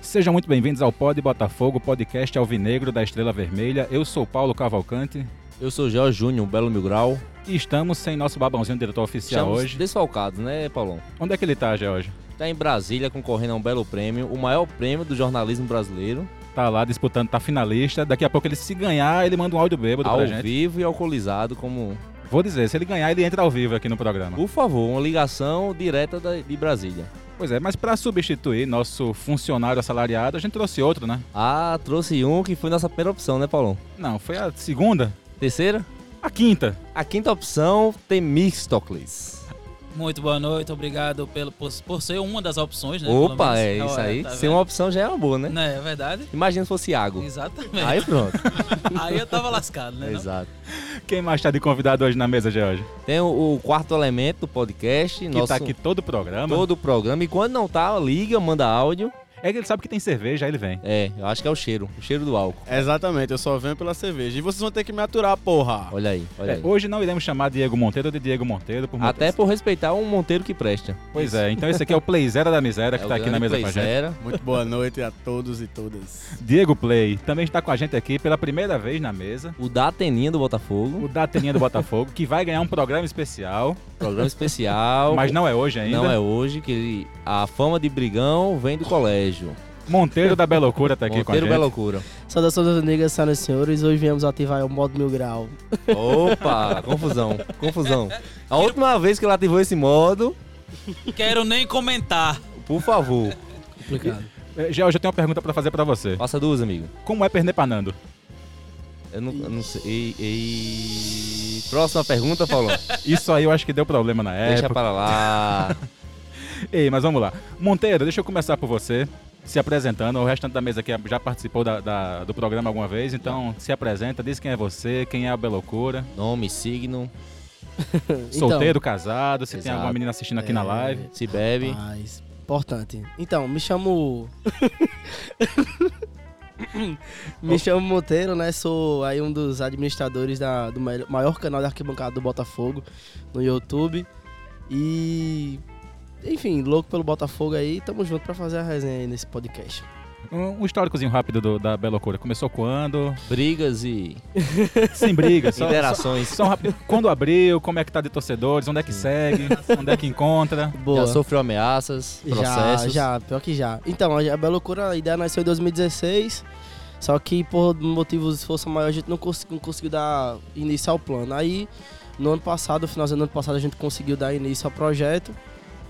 Sejam muito bem-vindos ao Pod Botafogo, podcast alvinegro da Estrela Vermelha. Eu sou Paulo Cavalcante Eu sou o Geo Júnior, um belo mil grau. e estamos sem nosso babãozinho diretor oficial Estamos hoje. desfalcados, né, Paulão? Onde é que ele tá, George? Tá em Brasília concorrendo a um belo prêmio, o maior prêmio do jornalismo brasileiro, Tá lá disputando, tá finalista. Daqui a pouco ele se ganhar, ele manda um áudio bêbado ao pra gente. vivo e alcoolizado, como, Vou dizer, se ele ganhar, ele entra ao vivo aqui no programa. por favor, uma ligação direta da- de Brasília. Pois é, mas pra substituir nosso funcionário assalariado, a gente trouxe outro, né? Ah, trouxe um que foi nossa primeira opção, né, Paulão? Não, foi a segunda? Terceira? A quinta. A quinta opção, Temístocles. Muito boa noite, obrigado pelo, por, por ser uma das opções, né? pelo Opa, é menos. isso Olha, aí. tá Ser vendo? uma opção já é uma boa, né? Não, é verdade? Imagina se fosse Iago. Exatamente. Aí, Aí pronto. eu tava lascado, né? não? Exato. é Quem mais tá de convidado hoje na mesa, George? Tem o, o quarto elemento do podcast, Que nosso tá aqui todo o programa. todo o programa. E quando não tá, liga, manda áudio. É que ele sabe que tem cerveja, aí ele vem. É, eu acho que é o cheiro, o cheiro do álcool. Exatamente, eu só venho pela cerveja. E vocês vão ter que me aturar, porra. Olha aí, olha É, aí. Ah, hoje não iremos chamar Diego Monteiro de Diego Monteiro por Até motivos- por respeitar um Monteiro que presta. Pois é, então esse aqui é o Play Zero da Miséria que É o tá aqui grande na mesa Play com a gente. Zero. Muito boa noite a todos e todas. Diego Play também está com a gente aqui pela primeira vez na mesa. O da Ateninha do Botafogo, O da Ateninha do Botafogo, que vai ganhar um programa especial, programa especial. mas não é hoje ainda. Não é hoje, que ele- a fama de brigão vem do colégio. Monteiro da Belocura tá aqui com a Monteiro gente. é loucura. Saudações amigas, senhoras e senhores. Hoje viemos ativar o modo mil grau. Opa, confusão, confusão. A última vez que ele ativou esse modo, Quero nem comentar. por favor, Complicado. Eh, George, eu tenho uma pergunta pra fazer pra você. faça duas, amigo. Como é pernepanando? Eu não, eu não sei. Ei, ei. Próxima pergunta, Paulão. Isso aí eu acho que deu problema na Deixa época. para lá. Ei, mas vamos lá. Monteiro, deixa eu começar por você, se apresentando. O restante da mesa aqui já participou da- da- do programa alguma vez, então se apresenta, diz quem é você, quem é a Belocura. Nome, signo, Solteiro, casado, se tem Exato. alguma menina assistindo aqui na live. se bebe. Então, mas, importante. Então, me chamo. me chamo Monteiro, né? Sou aí um dos administradores da- do mel- maior canal de arquibancada do Botafogo no YouTube. E. Enfim, louco pelo Botafogo aí. Tamo junto pra fazer a resenha aí nesse podcast. Um, um históricozinho rápido do- da Belocura. Começou quando? Brigas e Sem briga, só, só, interações. só um rápido. Quando abriu, como é que tá de torcedores, onde é que segue, onde é que encontra. Boa. Já sofreu ameaças, Já, processos. já, pior que já. Então, a Bela Loucura, a ideia nasceu em 2016, só que por motivos de força maior a gente não, cons- não conseguiu dar início ao plano. Aí, no ano passado, no finalzinho do ano passado, a gente conseguiu dar início ao projeto.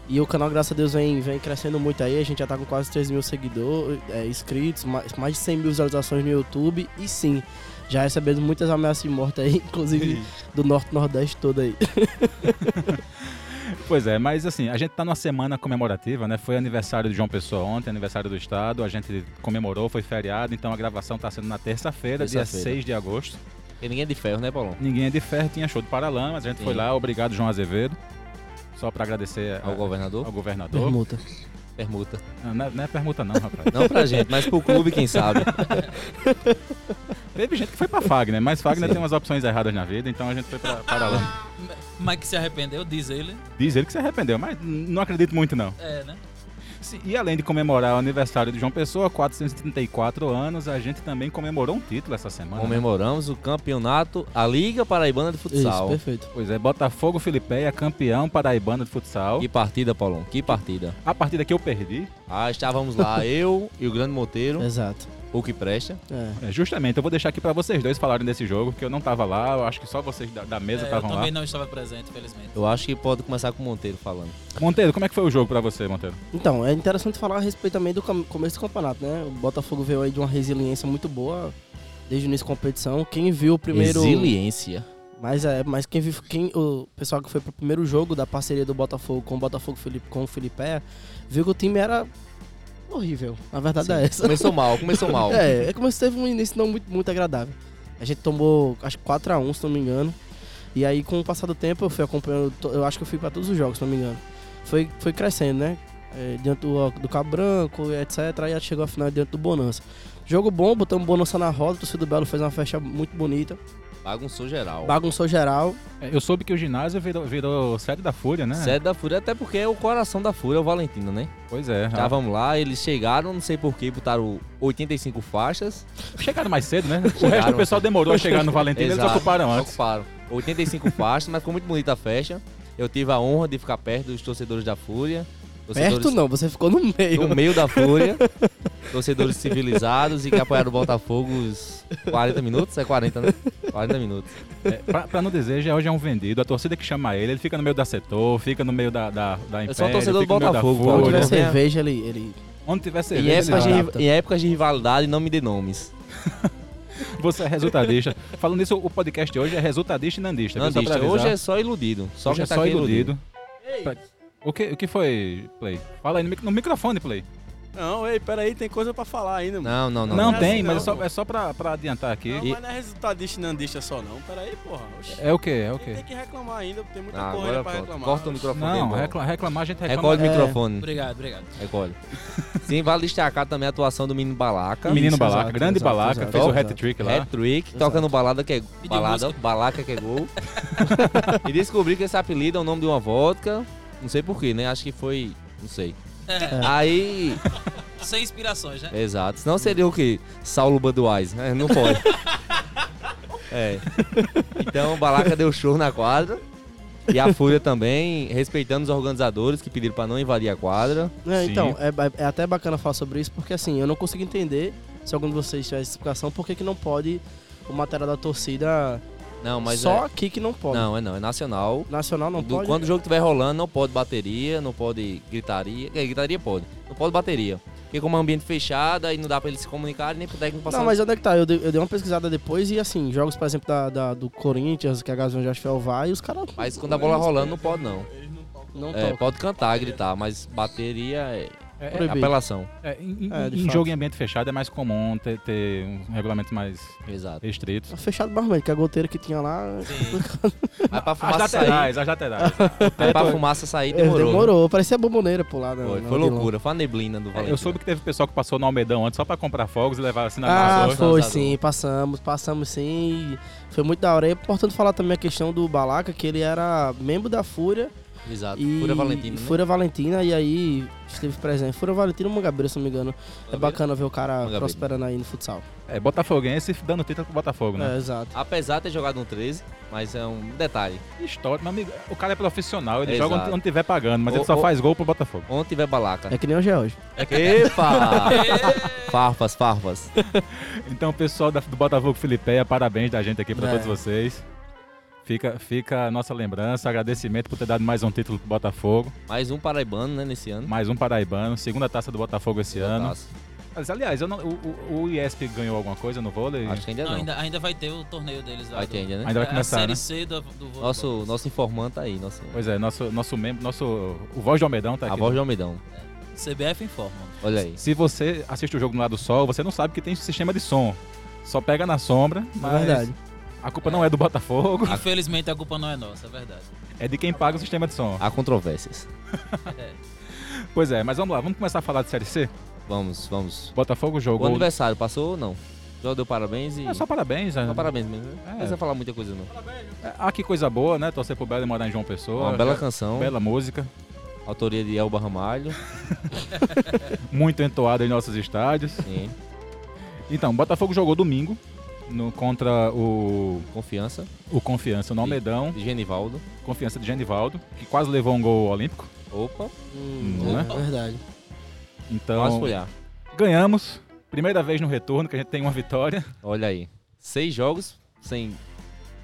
E o canal, graças a Deus, vem, vem crescendo muito aí. A gente já tá com quase 3 mil seguidores, é, inscritos, mais, mais de 100 mil visualizações no YouTube. E sim, já recebendo muitas ameaças de morte aí, inclusive do Norte e Nordeste todo aí. Pois é, mas assim, a gente tá numa semana comemorativa, né? Foi aniversário de João Pessoa ontem, aniversário do Estado, a gente comemorou, foi feriado, então a gravação tá sendo na terça-feira, dia Terça-feira. 6 de agosto. Porque ninguém é de ferro, né, Paulão? Ninguém é de ferro, tinha show de Paralamas, a gente foi Sim. lá, obrigado João Azevedo. Só pra agradecer a- Ao governador, ao governador. Permuta. permuta. Ah, Não é, não é permuta não, rapaz. Não pra gente, mas pro clube, quem sabe. Teve gente que foi pra Fagner, né? mas Fagner tem umas opções erradas na vida, então a gente foi pra Paralamas. Mas que se arrependeu, diz ele. Diz ele que se arrependeu, mas n- não acredito muito não. É, né? Se- E além de comemorar o aniversário de João Pessoa, 434 anos, a gente também comemorou um título essa semana. né? Comemoramos o campeonato, a Liga Paraibana de Isso, Futsal. perfeito. Pois é, Botafogo Filipeia, campeão paraibano de futsal. que partida, Paulão, que partida. A partida que eu perdi, Ah, estávamos lá, eu e o grande Monteiro, Exato. o que presta. É. é, justamente, eu vou deixar aqui pra vocês dois falarem desse jogo, porque eu não tava lá, eu acho que só vocês da, da mesa É, eu estavam lá. também não estava presente, felizmente. Eu acho que pode começar com o Monteiro falando. Monteiro, como é que foi o jogo pra você, Monteiro? Então, é interessante falar a respeito também do com- começo do campeonato, né? O Botafogo veio aí de uma resiliência muito boa desde o início da competição. Quem viu o primeiro. Resiliência. Mas é, mas quem viu. Quem, o pessoal que foi pro primeiro jogo da parceria do Botafogo com o Botafogo Felipe, com o Felipe viu que o time era horrível. A verdade é essa. Começou mal, começou mal. É, é como se teve um início não muito, muito agradável. A gente tomou, acho que 4x1, se não me engano. E aí, com o passar do tempo, eu fui acompanhando, to- eu acho que eu fui pra todos os jogos, se não me engano. Foi, foi crescendo, né? É, diante do, do Cabo Branco, etc. E aí chegou a final diante do Bonança. Jogo bom, botamos o Bonança na roda, o torcida do Belo fez uma festa muito bonita. Bagunçou geral. Bagunçou geral. É, Eu soube que o ginásio virou, virou sede da Fúria, né? Sede da Fúria, até porque é o coração da Fúria, é o Valentino, né? Pois é. Já vamos lá, eles chegaram, não sei porquê, botaram 85 faixas. Chegaram mais cedo, né? o Chegaram. resto do pessoal demorou a chegar no Valentim, eles Exato, ocuparam antes. Ocuparam. 85 faixas, mas ficou muito bonita a festa. Eu tive a honra de ficar perto dos torcedores da Fúria. Perto Torcedores não, você ficou no meio. no meio da Fúria. torcedores civilizados e que apoiaram o Botafogo os 40 minutos? É 40, né? 40 minutos. É, pra, pra não dizer, já hoje é um vendido. A torcida que chama ele, ele fica no meio da setor, fica no meio da, da, da Império, sou um torcedor do fica no meio da Botafogo, Folha. Onde olha. tiver cerveja, ele, ele. Onde tiver cerveja, Em ele épocas, de, vai. em épocas de rivalidade, não me dê nomes. Você é resultadista. Falando nisso, o podcast hoje é resultadista e nandista. Não, viu? Só pra Dista, avisar. hoje é só iludido. Só Hoje quem é tá só aqui é iludido. Pra- O que, o que foi, Play? Fala aí no, mic- no microfone, Play. Não, ei, peraí, tem coisa pra falar ainda, mano. Não, não, não. Não, não é tem, assim, não, mas é só, pô. é só pra, pra adiantar aqui. Não, mas não é resultadista e nandista só, não. Peraí, porra. Oxi. É o quê? É o Tem- quê? Tem que reclamar ainda, tem muita Ah, corrida agora pra pronto. reclamar. Corta o oxi. microfone. Não, dele, recla- reclamar a gente reclama. Recolhe o É. microfone. Obrigado, obrigado. Recolhe. Sim, vale destacar também a atuação do menino Balaca. Menino Isso, Balaca, exato, grande exato, Balaca, exato, fez o exato. hat-trick lá. Hat-trick, tocando balada que é de balada, música. balaca que é gol. e descobri que esse apelido é o nome de uma vodka. Não sei porquê, né? Acho que foi. Não sei. É, Aí. sem inspirações, né? Exato. Senão seria o quê? Saulo Budweiser. É, não pode. é. Então, Balaca deu show na quadra. E a Fúria também, respeitando os organizadores que pediram pra não invadir a quadra. É, Sim. então, é, ba- é até bacana falar sobre isso, porque assim, eu não consigo entender, se algum de vocês tiver essa explicação, por que, que não pode o material da torcida. Não, mas só aqui que não é. pode. Não, é não. É nacional. Nacional não Do- pode. Quando o jogo estiver rolando, não pode bateria, não pode gritaria. É, gritaria pode. Não pode bateria. Porque como é um ambiente fechado, aí não dá pra eles se comunicarem, nem pro técnico passar. Não, mas onde é que tá? Eu dei, eu dei uma pesquisada depois e assim, jogos, por exemplo, da, da- do Corinthians, que a Gazão já vai, e os caras. Mas quando a bola rolando, não pode não. Não É, tocam. pode cantar, gritar, mas bateria é, É, é Proibido. apelação. é, em em- É, de em fato. jogo em ambiente fechado é mais comum ter, ter um regulamento mais Exato. restrito. é Fechado barulho, que a goteira que tinha lá. Mas pra As fumaça sair, laterais, as laterais. mas pra fumaça sair Demorou. demorou. É, né? demorou. Parecia bomboneira por lá, né? Foi, no foi Aguilon. loucura, foi a neblina do Valentino. É, Eu soube que teve pessoal que passou no Almedão antes só pra comprar fogos e levar assim na Ah, massa. Arrasou, foi arrasou. sim, passamos, passamos sim. e Foi muito da hora. É importante falar também a questão do Balaca, que ele era membro da Fúria. Exato, E Fúria Valentina. né? Fúria Valentina, e aí esteve presente. Fúria Valentina ou Mangabeira, se não me engano. É bacana ver o cara Mangabeira. prosperando aí no futsal. É, Botafoguense dando título pro Botafogo, né? É, exato. Apesar de ter jogado um 13, mas é um detalhe. História, meu amigo, o cara é profissional, ele Exato. joga onde- onde tiver pagando, mas Ô, ele só ô. faz gol pro Botafogo. Onde tiver balaca. É que nem o George. Epa! farpas, farpas. Então, pessoal da- do Botafogo Filipeia, parabéns da gente aqui pra É. todos vocês. Fica, fica a nossa lembrança, agradecimento por ter dado mais um título pro Botafogo, Mais um paraibano, né, nesse ano. mais um paraibano, segunda taça do Botafogo esse ano. Nossa, Mas, aliás, eu não- o, o, o IESP ganhou alguma coisa no vôlei? Acho que ainda Não, não. ainda, ainda vai ter o torneio deles lá. Vai do- ter ainda, né? Ainda vai É, começar, a série C né? do, do vôleibol. Nosso, nosso informante tá aí, nosso, Pois é, nosso, nosso membro, nosso. O Voz do Almedão tá a aqui. voz de Almidão. CBF informa. Olha aí. Se você assiste o jogo no lado do sol, você não sabe que tem sistema de som. Só pega na sombra, mas Verdade. a culpa não é do Botafogo, Infelizmente a culpa não é nossa, é verdade. é de quem paga o sistema de som. Há controvérsias. Pois é, mas vamos lá, vamos começar a falar de Série C? Vamos, vamos. Botafogo O jogou. aniversário passou ou não? Já deu parabéns e. É só parabéns, né? Só parabéns mesmo. né? Não precisa falar muita coisa, não. É, Ah, que coisa boa, né? Torcer pro Belo e morar em João Pessoa. Uma bela canção, Bela música. autoria de Elba Ramalho. Muito entoada em nossos estádios. Sim, Então, Botafogo jogou domingo no, contra o, confiança. o Confiança, no Almedão. De Genivaldo. Confiança de Genivaldo, que quase levou um gol olímpico. Opa, Hum, Não é é? verdade. quase Então, folhar. ganhamos. Primeira vez no retorno que a gente tem uma vitória. Olha aí. Seis jogos sem.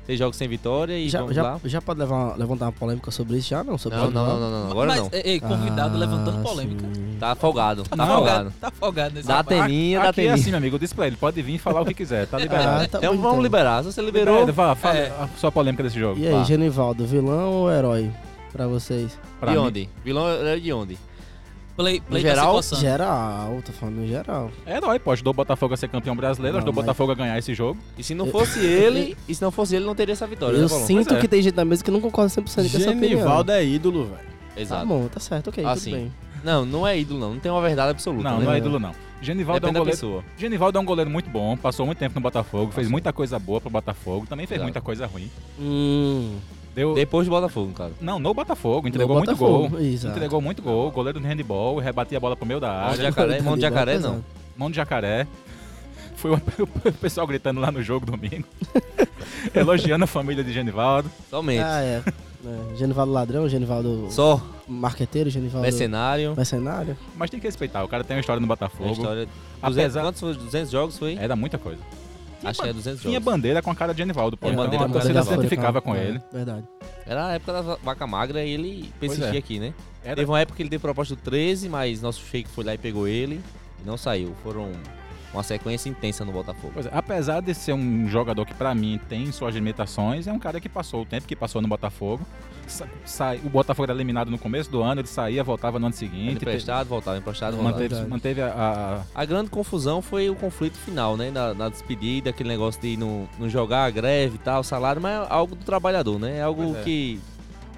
Seis jogos sem vitória e Já, Então vamos lá. já, já pode levar uma- levantar uma polêmica sobre isso? Já não? Sobre Não, o não, Aguilar? não, não, não. Agora Mas, não. Ei, ei, convidado Ah, levantando polêmica. sim. Tá folgado. Tá Não, folgado. Tá folgado nesse Dá rapaz. teninha, dá Aqui é teninha. assim, meu amigo. Eu disse pra ele, pode vir falar o que quiser, tá liberado. Ah, tá Então bom, vamos então. liberar. Se você liberou, Liberado, vá, fala É. a sua polêmica desse jogo. Ah, E Pá. aí, Genivaldo, vilão ou herói pra vocês? Pra de mim- onde? Vilão é de onde? Play, play tá geral, se coçando. Geral, tô falando em geral. Herói, É pô. Ajudou o Botafogo a ser campeão brasileiro, Não, ajudou o mas- Botafogo a ganhar esse jogo. E se não fosse ele, e se não fosse ele, não teria essa vitória. né, eu Paulão? sinto Pois é. que tem gente na mesa que não concorda 100% com essa opinião. Genivaldo é ídolo, velho. Tá Exato. bom, tá certo, ok, Assim. tudo bem. Não, não é ídolo, não. Não tem uma verdade absoluta. Não, né? não é ídolo, não. Genivaldo é um Depende da goleiro. pessoa. Genivaldo é um goleiro muito bom, passou muito tempo no Botafogo, fez Passou. muita coisa boa pro Botafogo, também fez Exato. muita coisa ruim. Hum, Deu. Depois do Botafogo, cara. Não, no Botafogo, entregou no muito Botafogo, gol. Exato. Entregou muito gol, goleiro no handball, rebatia a bola pro meio da Mão de área, jacaré, mão de jacaré não. mão de jacaré. Foi o o pessoal gritando lá no jogo domingo, elogiando a família de Genivaldo. Somente. Ah, é. é. Genivaldo ladrão, Genivaldo Só marqueteiro, Genivaldo mercenário. mercenário. Mas tem que respeitar, o cara tem uma história no A Botafogo. história. 200, Apesar. quantos foi? 200 jogos foi? Era muita coisa. Acho que é 200 Tinha jogos. bandeira com a cara de Genivaldo, pô. É, Então bandeira a com a torcida cara de se Genivaldo. identificava com É, ele. Verdade. Era a época da vaca magra e ele Pois persistia é. aqui, né? Era- Teve uma época que ele deu proposta do 13, mas nosso Sheik foi lá e pegou ele e não saiu. Foram uma sequência intensa no Botafogo. Pois é, apesar de ser um jogador que pra mim tem suas limitações, é um cara que passou o tempo que passou no Botafogo. Sa- sai- o Botafogo era eliminado no começo do ano, ele saía, voltava no ano Era seguinte. Emprestado, voltava, emprestado, teve- voltava. manteve, Verdade. manteve a, a- A grande confusão foi o conflito final, né? Na, na despedida, aquele negócio de não, não jogar a greve e tal, salário, mas é algo do trabalhador, né? É algo Pois é. que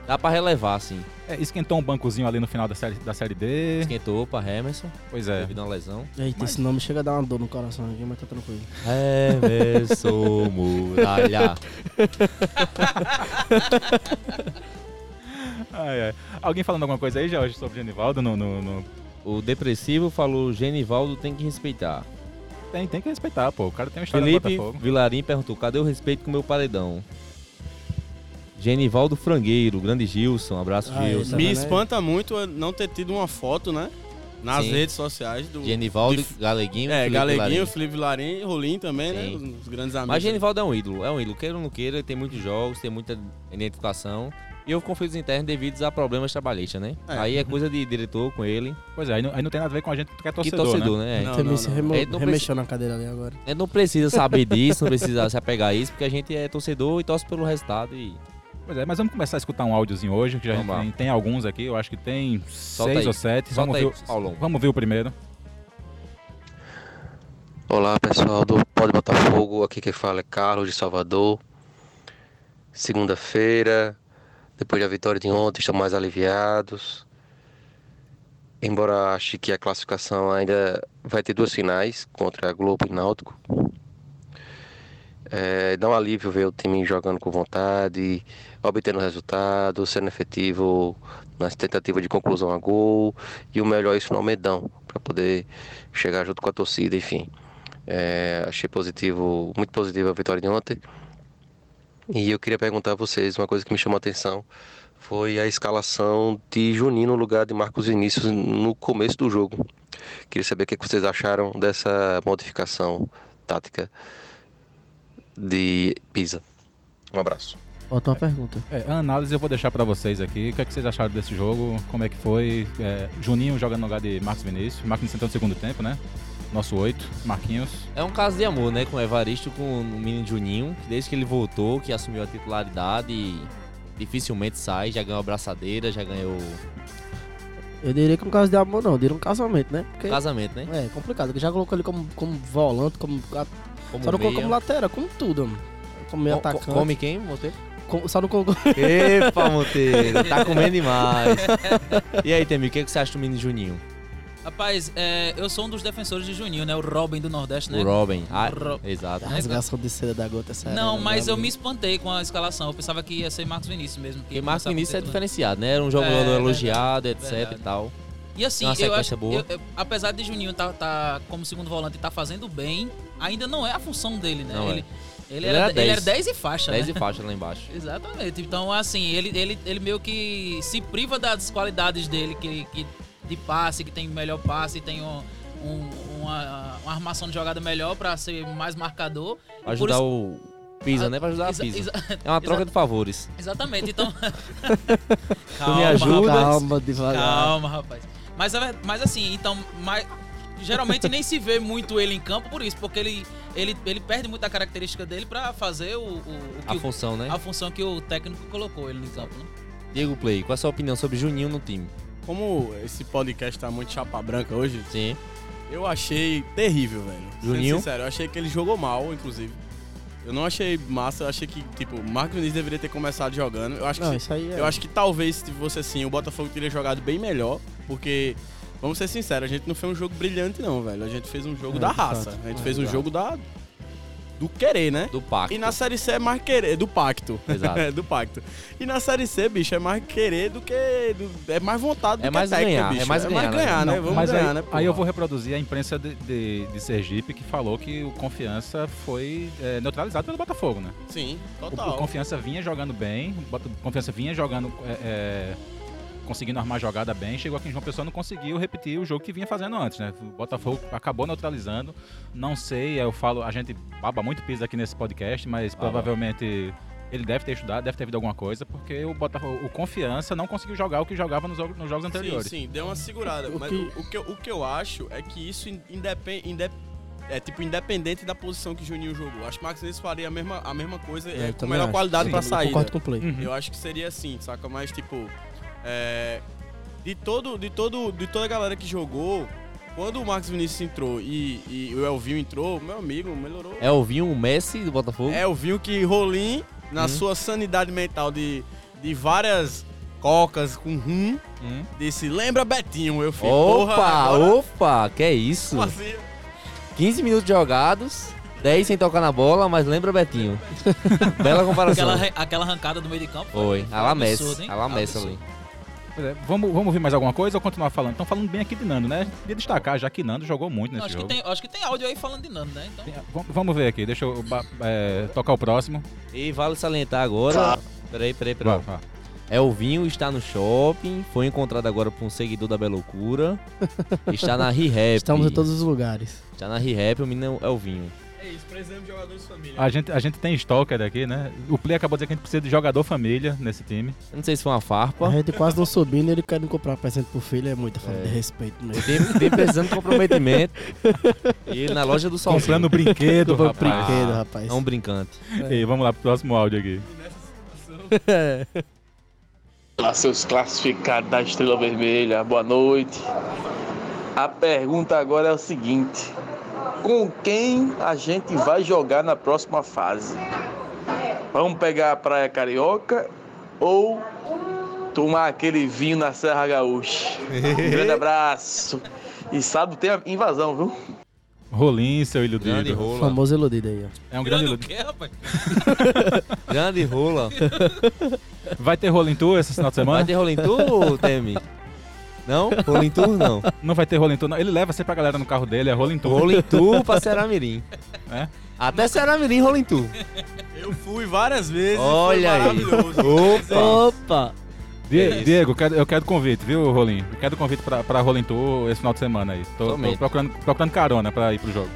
dá pra relevar, assim. é, esquentou um bancozinho ali no final da série, da série D. Esquentou pra Hemerson, Pois é. devido a uma lesão. Eita, esse nome chega a dar uma dor no coração aqui, mas tá tranquilo. Hemerson É Muralha. Ai, ai. Alguém falando alguma coisa aí, Jorge, sobre o Genivaldo? No, no- no- O depressivo falou, Genivaldo tem que respeitar. Tem, tem que respeitar, pô. O cara tem uma história no Felipe Botafogo. Vilarim perguntou: cadê o respeito com o meu paredão? Genivaldo Frangueiro, grande Gilson, abraço Ah, Gilson. Tá Me vendo aí? espanta muito eh, não ter tido uma foto, né? Nas Sim. redes sociais do. Genivaldo, de- Galeguinho, É, Felipe Galeguinho, Vilarim. Felipe Larim, Rolim também, né? Sim. Os grandes amigos. Mas Genivaldo é um ídolo, é um ídolo. Queira ou não queira, ele tem muitos jogos, tem muita identificação. E houve conflitos internos devido a problemas trabalhistas, né? É. Aí é coisa de diretor com ele. Pois é, aí não, aí não tem nada a ver com a gente que é Que torcedor, né? torcedor, né? É. Não, Você não, me se não. remo- É, não remexeu na cadeira ali agora. A gente não precisa saber disso, não precisa se apegar a isso, porque a gente é torcedor e torce pelo resultado. E Pois é, mas vamos começar a escutar um áudiozinho hoje, que já Vamos lá. tem, tem alguns aqui, eu acho que tem seis aí. ou sete. solta Vamos aí, ver, o- Paulão. vamos ver o primeiro. Olá pessoal do Pode Botafogo, aqui quem fala é Carlos de Salvador. Segunda-feira, depois da vitória de ontem, estamos mais aliviados. Embora ache que a classificação ainda vai ter duas finais contra a Globo e Náutico. É, dá um alívio ver o time jogando com vontade, obtendo resultado, sendo efetivo nas tentativas de conclusão a gol e o melhor isso no Almedão, para poder chegar junto com a torcida, enfim. É, achei positivo, muito positiva a vitória de ontem. E eu queria perguntar a vocês, uma coisa que me chamou a atenção foi a escalação de Juninho no lugar de Marcos Vinícius no começo do jogo. Queria saber o que que vocês acharam dessa modificação tática de Pisa. Um abraço. Ótima pergunta. É, a análise eu vou deixar pra vocês aqui. O que, é que vocês acharam desse jogo? Como é que foi? É, Juninho jogando no lugar de Marcos Vinícius. Marcos Vinícius entrou no segundo tempo, né? Nosso oito, Marquinhos. É um caso de amor, né? Com o Evaristo, com o menino Juninho, que desde que ele voltou, que assumiu a titularidade, dificilmente sai, já ganhou a braçadeira, já ganhou Eu diria que um caso de amor não, eu diria um casamento, né? Porque casamento, né? é complicado, porque já colocou ele como, como volante, como. a- Como Só não colocou meia. como lateral, como tudo, mano. Como meio Co- co- atacante. Come quem, Monteiro? com- só não colocou. Epa, Monteiro, tá comendo demais. e aí, Temir, o que, é que você acha do menino Juninho? Rapaz, é, eu sou um dos defensores de Juninho, né? O Robin do Nordeste, né? O Robin. Ah, é, Ro- Exato. A rasgação de seda da gota, né, essa Não, era mas eu brava. me espantei com a escalação. Eu pensava que ia ser Marcos Vinícius mesmo. que Porque Marcos começava Vinícius é com o diferenciado, né? Era um jogador É, elogiado, etc verdade. e tal. E assim, Tem uma eu sequência acho é boa. eu- eu- apesar de Juninho tá, tá como segundo volante e tá fazendo bem, ainda não é a função dele, né? Não é. ele, ele Ele era, era ele 10. era 10 e faixa, 10 né? e faixa lá embaixo. Exatamente. Então, assim, ele, ele, ele meio que se priva das qualidades dele, que, que de passe, que tem melhor passe, tem um- um- uma, uma armação de jogada melhor pra ser mais marcador. Pra ajudar isso- Ah, o Pisa, né? Pra ajudar a Exa- Pisa. exa- É uma troca de favores. exatamente. Então. Tu me ajuda? rapaz. Calma, devagar. Calma, rapaz. Mas, é ver- mas assim, então. Mas, geralmente nem se vê muito ele em campo por isso, porque ele, ele, ele perde muito a característica dele pra fazer o, o, o que A o- função, né? a função que o técnico colocou ele no campo, né? Diego Play, qual a sua opinião sobre Juninho no time? Como esse podcast tá muito chapa branca hoje, Sim. eu achei terrível, velho. Sendo Juninho? Sincero, eu achei que ele jogou mal, inclusive. Eu não achei massa, eu achei que, tipo, o Marco Vinícius deveria ter começado jogando. Eu acho que Não, se- isso aí é. Eu acho que talvez se fosse assim, o Botafogo teria jogado bem melhor, porque Vamos ser sinceros, a gente não fez um jogo brilhante, não, velho. A gente fez um jogo É, da de raça. fato. A gente É, fez um exato. jogo da. do querer, né? Do pacto. E na série C é mais querer, do pacto. Exato. É, do pacto. E na série C, bicho, é mais querer do que. do- é mais vontade do É que mais técnica, ganhar, bicho. é mais ganhar, né? né? Não, Vamos mas ganhar, aí, né? aí porra? eu vou reproduzir a imprensa de, de- de Sergipe que falou que o Confiança foi é, neutralizado pelo Botafogo, né? Sim, O, total. o Confiança vinha jogando bem, o Bota- o Confiança vinha jogando, é, é, conseguindo armar a jogada bem, chegou aqui em João Pessoa não conseguiu repetir o jogo que vinha fazendo antes, né? O Botafogo acabou neutralizando, não sei, eu falo, a gente baba muito piso aqui nesse podcast, mas Baba. provavelmente ele deve ter estudado, deve ter visto alguma coisa, porque o Botafogo, o Confiança não conseguiu jogar o que jogava nos, jogos- nos jogos anteriores. Sim, sim, deu uma segurada. O mas que- o, o que eu, o que eu acho é que isso independe. é tipo independente da posição que Juninho jogou. Acho que Max Nunes faria a mesma, a mesma coisa, É, eu é, com também melhor acho. qualidade Sim, pra eu sair. Concordo com o play. Uhum. Eu acho que seria assim, saca? Mas tipo. é, de todo. De todo. De toda a galera que jogou, quando o Marcos Vinícius entrou e, e o Elvinho entrou, meu amigo, melhorou. É o Vinho, o Messi do Botafogo. Elvinho É que Rolim, na Hum. sua sanidade mental de, de várias cocas com rum, Hum. disse, lembra Betinho, eu fico. opa, porra, agora- opa, que é isso? Como assim? 15 minutos jogados, 10 sem tocar na bola, mas lembra Betinho. Bela comparação. Aquela, re- aquela arrancada do meio de campo. Oi, a la Absurdo, Messi, hein? a la Messi Absurdo. ali. Pois é, vamos, vamos ouvir mais alguma coisa ou continuar falando? Estão falando bem aqui de Nando, né? Queria destacar, já que Nando jogou muito nesse Acho que, jogo. tem, acho que tem áudio aí falando de Nando, né? Então, Tem- vam- Vamos ver aqui, deixa eu ba- é, tocar o próximo. E vale salientar Ah. agora. Peraí, peraí, peraí. Vá, vá. Elvinho está no shopping, foi encontrado agora por um seguidor da Belocura. Está na Rehab. Estamos em todos os lugares. Está na Rehab, o menino Elvinho. É isso, precisamos de jogadores de família. A gente, a gente tem stalker aqui, né? O Play acabou de dizer que a gente precisa de jogador família nesse time. Eu não sei se foi uma A farpa. gente quase não subindo e ele querendo comprar presente pro filho é muita falta É. de respeito né? mesmo. Tem, tem precisando de comprometimento. E ele na loja do Salzinho. Comprando brinquedo, Comprou rapaz. brinquedo, rapaz. É um brincante. Ei, vamos lá pro próximo áudio aqui. É. Olá, seus classificados da Estrela Vermelha, boa noite. A pergunta agora é o seguinte: com quem a gente vai jogar na próxima fase? Vamos pegar a Praia Carioca ou tomar aquele vinho na Serra Gaúcha? Um grande abraço. E sábado tem a invasão, viu? Rolim, seu Grande iludido. rola. Famoso iludido aí, ó. É um grande Nando o iludido. quê, rapaz? Grande rola. Vai ter rolim tour esse final de Vai semana? ter rola em tour, Temi? Não? Rola em tour, não. Não vai ter rolim tour, não. Ele leva sempre a galera no carro dele, é rolim tour. Rola em tour pra Ceramirim. É? Até Ceramirim rola em tour. Eu fui várias vezes, Olha aí. foi maravilhoso. Opa. Opa! Die- É isso. Diego, eu quero- eu quero convite, viu, Rolim? Eu quero convite pra, pra Rolim Tour esse final de semana aí. Tô, tô Somente. procurando, procurando carona pra ir pro jogo.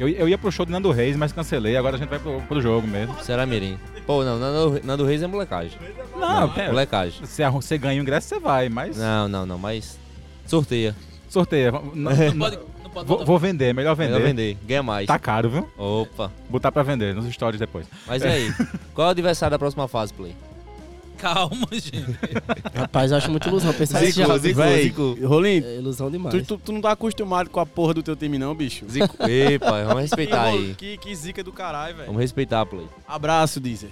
Eu, eu ia pro show do Nando Reis, mas cancelei, agora a gente vai pro, pro jogo mesmo. Ceramirim. Pô, não, Nando, Nando Reis é molecagem. Não, pera. molecagem. Você, arru- você ganha o ingresso, você vai, mas. é. Não, não, não, mas sorteia. Sorteia. vamos- não- Não não- pode, não pode vou, botar- vou vender, melhor vender. Melhor vender, ganha mais. Tá caro, viu? Opa. Botar pra vender nos stories depois. Mas e aí? Qual é o adversário da próxima fase, Play? Calma, gente. Rapaz, eu acho muito ilusão pensar nisso já. Véi, Rolim, É ilusão demais. tu, tu- tu não tá acostumado com a porra do teu time, não, bicho? Zico. Ei, pai, vamos respeitar Que- aí. Que, que zica do caralho, velho. Vamos respeitar, Play. Abraço, Deezer.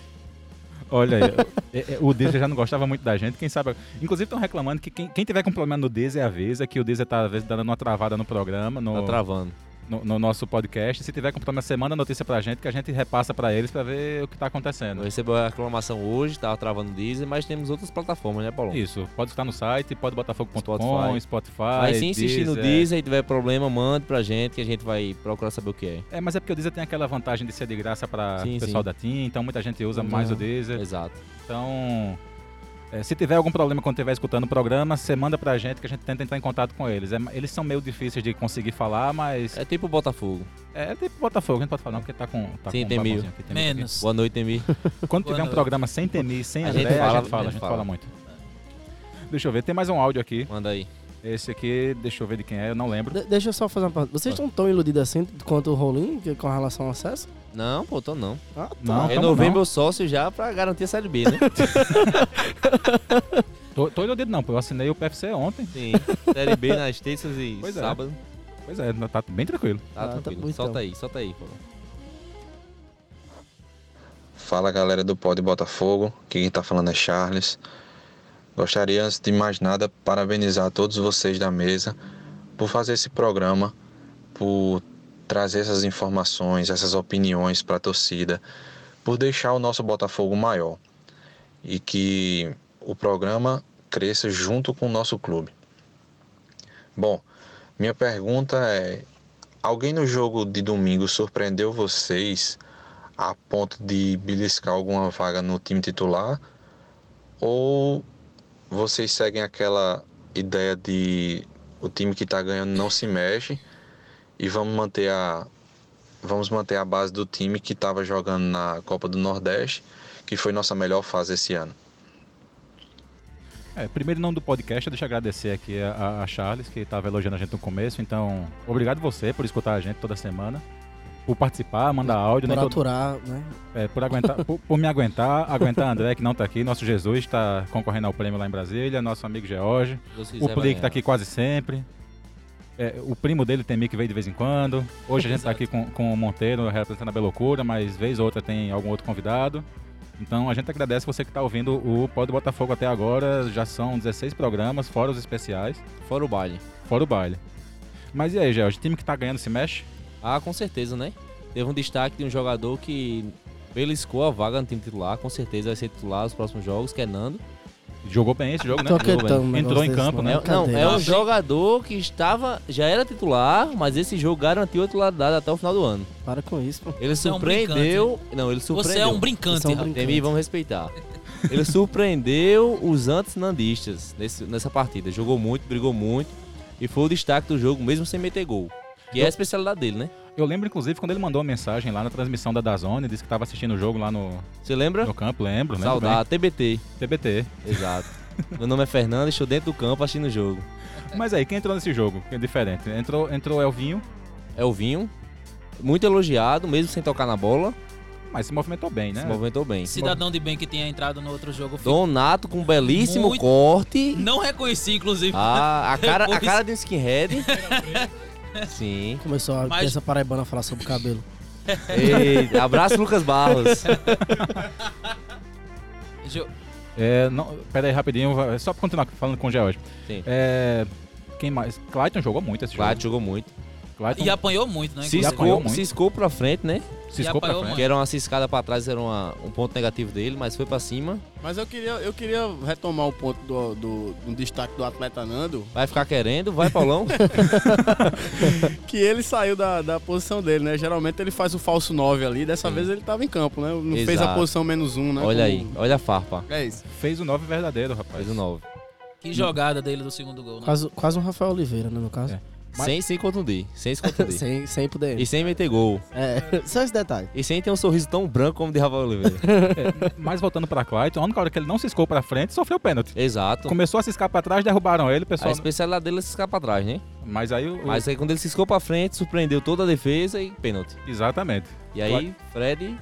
Olha aí, é- é, o Deezer já não gostava muito da gente, quem sabe. Inclusive, estão reclamando que quem, quem tiver com problema no Deezer é a Veza, que o Deezer tá às vezes dando uma travada no programa, no, Tá travando. no, no nosso podcast. Se tiver com problema, você manda a notícia pra gente, que a gente repassa pra eles pra ver o que tá Não acontecendo. recebeu a reclamação hoje, tava travando o Deezer, mas temos outras plataformas, né, Paulão? Isso, pode escutar no site, pode botafogo.com, Spotify. Spotify. Aí se insistir no Deezer. Deezer e tiver problema, mande pra gente que a gente vai procurar saber o que é. É, mas é porque o Deezer tem aquela vantagem de ser de graça pra Sim, o pessoal sim. Uhum. da TIM, então muita gente usa mais o Deezer. Exato. Então, é, se tiver algum problema quando estiver escutando o programa, você manda pra gente que a gente tenta entrar em contato com eles. É, eles são meio difíceis de conseguir falar, mas é, É tipo o Botafogo. tipo Botafogo, a gente pode falar não, porque tá com... Tá Sim, com tem baguncinha mil. aqui, tem mil Menos. Boa noite, Emir. aqui. Quando tiver Boa um noite. programa sem Temi, sem A André, gente fala, a gente fala, a gente fala muito. Deixa eu ver, tem mais um áudio aqui. Manda aí. Esse aqui, deixa eu ver de quem é, eu não lembro. De- deixa eu só fazer uma pergunta. Vocês estão tão iludidos assim quanto o Rolim que- com relação ao acesso? Não, pô, tô não. Ah, tá. Não, tamo Renovei não. meu sócio já pra garantir a Série B, né? Tô, tô iludido não, pô, eu assinei o PFC ontem. Sim. Série B nas terças e Pois é. sábado. Pois é, tá bem tranquilo. Tá Ah, tá tranquilo. bom, então. solta aí, solta aí, Paulão. Fala galera do Pod Botafogo, aqui quem tá falando é Charles. Gostaria antes de mais nada parabenizar a todos vocês da mesa por fazer esse programa, por trazer essas informações, essas opiniões para a torcida, por deixar o nosso Botafogo maior e que o programa cresça junto com o nosso clube. Bom, minha pergunta é: alguém no jogo de domingo surpreendeu vocês a ponto de beliscar alguma vaga no time titular? Ou vocês seguem aquela ideia de o time que está ganhando não se mexe e vamos manter a vamos manter a base do time que estava jogando na Copa do Nordeste, que foi nossa melhor fase esse ano. É, primeiro em nome do podcast, deixa eu agradecer aqui a, a Charles, que estava elogiando a gente no começo. Então, obrigado você por escutar a gente toda semana, por participar, mandar áudio. Por nem todo- aturar, né? é, por, aguentar, por, por me aguentar, aguentar André, que não tá aqui. Nosso Jesus está concorrendo ao prêmio lá em Brasília, nosso amigo George. Deus quiser, O vai Play que tá ganhar. aqui quase sempre. É, o primo dele, Temi, que veio de vez em quando. Hoje a gente tá aqui com, com o Monteiro representando a Belocura, mas vez ou outra tem algum outro convidado. Então a gente agradece você que tá ouvindo o Pod Botafogo até agora. Já são 16 programas, fora os especiais, Fora o baile. fora o baile. Mas e aí, George? Time que tá ganhando se mexe? Ah, com certeza, né? Teve um destaque de um jogador que beliscou a vaga no time titular, com certeza vai ser titular nos próximos jogos, que é Nando. Jogou bem esse jogo, né? Toquetão, Jogou um bem. Entrou negócio em desse, campo, mano. né? É, não, é um Brincadeira. jogador que estava, já era titular, mas esse jogo garantiu a titularidade até o final do ano. Para com isso, pô. Ele Você é um surpreendeu. não, ele surpreendeu. Você é um brincante. Você é um rapaz. brincante. Temi, vamos respeitar. Ele surpreendeu os antes nandistas nesse- nessa partida. Jogou muito, brigou muito e foi o destaque do jogo, mesmo sem meter gol. Que é a especialidade dele, né? Eu lembro, inclusive, quando ele mandou uma mensagem lá na transmissão da Dazone, disse que tava assistindo o jogo lá no, Você lembra? no campo, lembro, lembro bem. Saudade, TBT. TBT. Exato. Meu nome é Fernando, estou dentro do campo assistindo o jogo. Mas aí, quem entrou nesse jogo? Que é diferente. Entrou, entrou Elvinho, É o Vinho, muito elogiado, mesmo sem tocar na bola, mas se movimentou bem, né? se movimentou bem. Cidadão de bem que tinha entrado no outro jogo. fica- Donato com um belíssimo Muito- corte. Não reconheci, inclusive. Ah, a cara, a Depois- cara de um skinhead. É. Sim. Começou a Mas- essa paraibana a falar sobre o cabelo. Ei, abraço, Lucas Barros. Jo- É, não, pera aí, rapidinho, vai- é só pra continuar falando com o George. Sim. É, quem mais? Clayton jogou muito esse Claro, jogo. jogou muito. Clayton E apanhou muito, né? inclusive. apanhou Ciscou, muito. ciscou pra frente, né? ciscou e pra apanhou frente. Que era uma ciscada pra trás, era uma- um ponto negativo dele, mas foi pra cima. Mas eu queria, eu queria retomar o ponto do, do, do destaque do atleta Nando, Vai ficar querendo, vai, Paulão. que ele saiu da, da posição dele, né? Geralmente ele faz o falso 9 ali, dessa Sim. vez ele tava em campo, né? Não fez Exato. a posição menos um, né? olha aí, Como- olha a farpa. É isso. Fez o 9 verdadeiro, rapaz. Fez o 9. Que jogada dele do segundo gol, né? Quase, quase um Rafael Oliveira, né, no caso. É. Mas- Sem, sem contundir, sem se contundir. Sem, sem poder. E sem meter gol. É, só esse detalhe. E sem ter um sorriso tão branco como o de Rafael Oliveira. Mas voltando pra Clayton, a única hora que ele não ciscou pra frente, sofreu pênalti. Exato. Começou a ciscar pra trás, derrubaram ele, o A pessoal. especialidade dele é ciscar pra trás, né? Mas aí o. Mas aí quando ele ciscou pra frente, surpreendeu toda a defesa e pênalti. Exatamente. E aí, Fred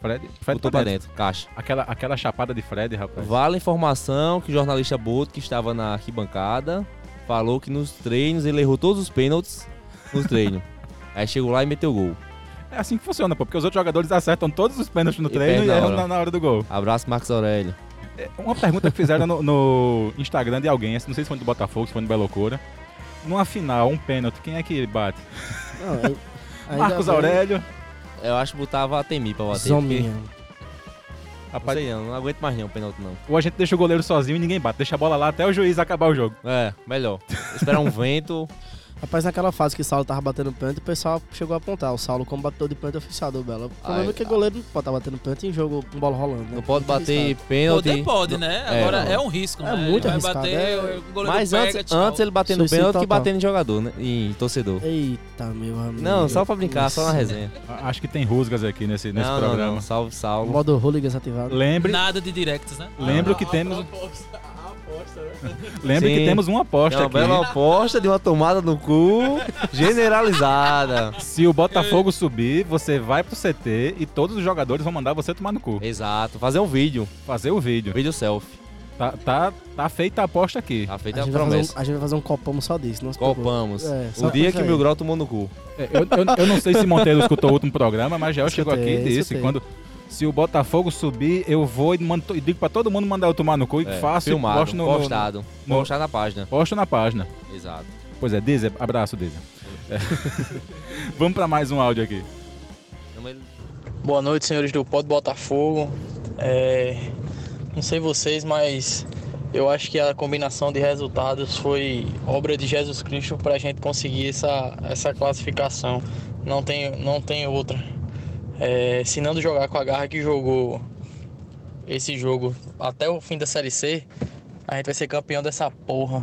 Fred, Fred botou tá pra dentro. dentro, caixa. Aquela, aquela chapada de Fred, rapaz. Vale a informação que o jornalista Boto, que estava na arquibancada, falou que nos treinos ele errou todos os pênaltis no treino. aí chegou lá e meteu gol. É assim que funciona, pô, porque os outros jogadores acertam todos os pênaltis no E perde treino e na erram hora. na, na hora do gol. Abraço, Marcos Aurélio. Uma pergunta que fizeram no, no Instagram de alguém, assim, não sei se foi do Botafogo, se foi do Belocura. Numa final, um pênalti, quem é que bate? Não, eu- ainda Marcos bem- Aurélio. Eu acho que botava a Temi pra bater. Zominha. porque- Não Rapaz, sei não, não aguento mais não, pênalti não. ou a gente deixa o goleiro sozinho e ninguém bate, deixa a bola lá até o juiz acabar o jogo. É, melhor. Esperar um vento. Rapaz, naquela fase que o Saulo tava batendo pênalti, o pessoal chegou a apontar. O Saulo, como batedor de pênalti oficial do Belo. O problema Ai, é que ah. tá. goleiro não pode estar batendo pênalti em jogo com bola rolando. né? Não pode Muito bater arriscado. pênalti. Poder pode, né? É, Agora não. é, um risco, É né? muito Vai arriscado, bater, é- o goleiro Mas pega, antes, tchau. antes ele batendo Suicídio pênalti que total. batendo em jogador, né? Em torcedor. Eita, meu amigo. Não, só pra brincar, só na resenha. A- Acho que tem rusgas aqui nesse, nesse não, programa. não, não. Salve, salve. Modo hooligans ativado. Lembre, Nada de directs, né? lembro que temos, lembre que Sim. temos uma É aposta uma aqui. bela aposta de uma tomada no cu generalizada. Se o Botafogo subir, você vai pro CT e todos os jogadores vão mandar você tomar no cu. Exato, fazer um vídeo, Fazer o vídeo. vídeo selfie. Tá, tá, tá feita a aposta aqui. Tá feita A a, gente, vai fazer promessa. um, a gente vai fazer um copamo só disso. Não se preocupe. Copamos. É, só o dia coisa que o aí. meu grau tomou no cu. É, Eu, eu- eu não sei se Monteiro escutou o último programa, mas é Jael chegou aqui Escutei, e disse: escutei. quando, se o Botafogo subir, eu vou e, mando to- e digo pra todo mundo mandar eu tomar no cu e É, faço e filmado, posto, no, no, postado. no- postado na página. posto na página. Exato. Pois é, Deezer, abraço, Deezer. É. Vamos pra mais um áudio aqui. Boa noite, senhores do Pod Botafogo. É, não sei vocês, mas eu acho que a combinação de resultados foi obra de Jesus Cristo para a gente conseguir essa, essa classificação. Não tem, não tem outra. É, se Nando jogar com a garra que jogou esse jogo até o fim da Série C, a gente vai ser campeão dessa porra.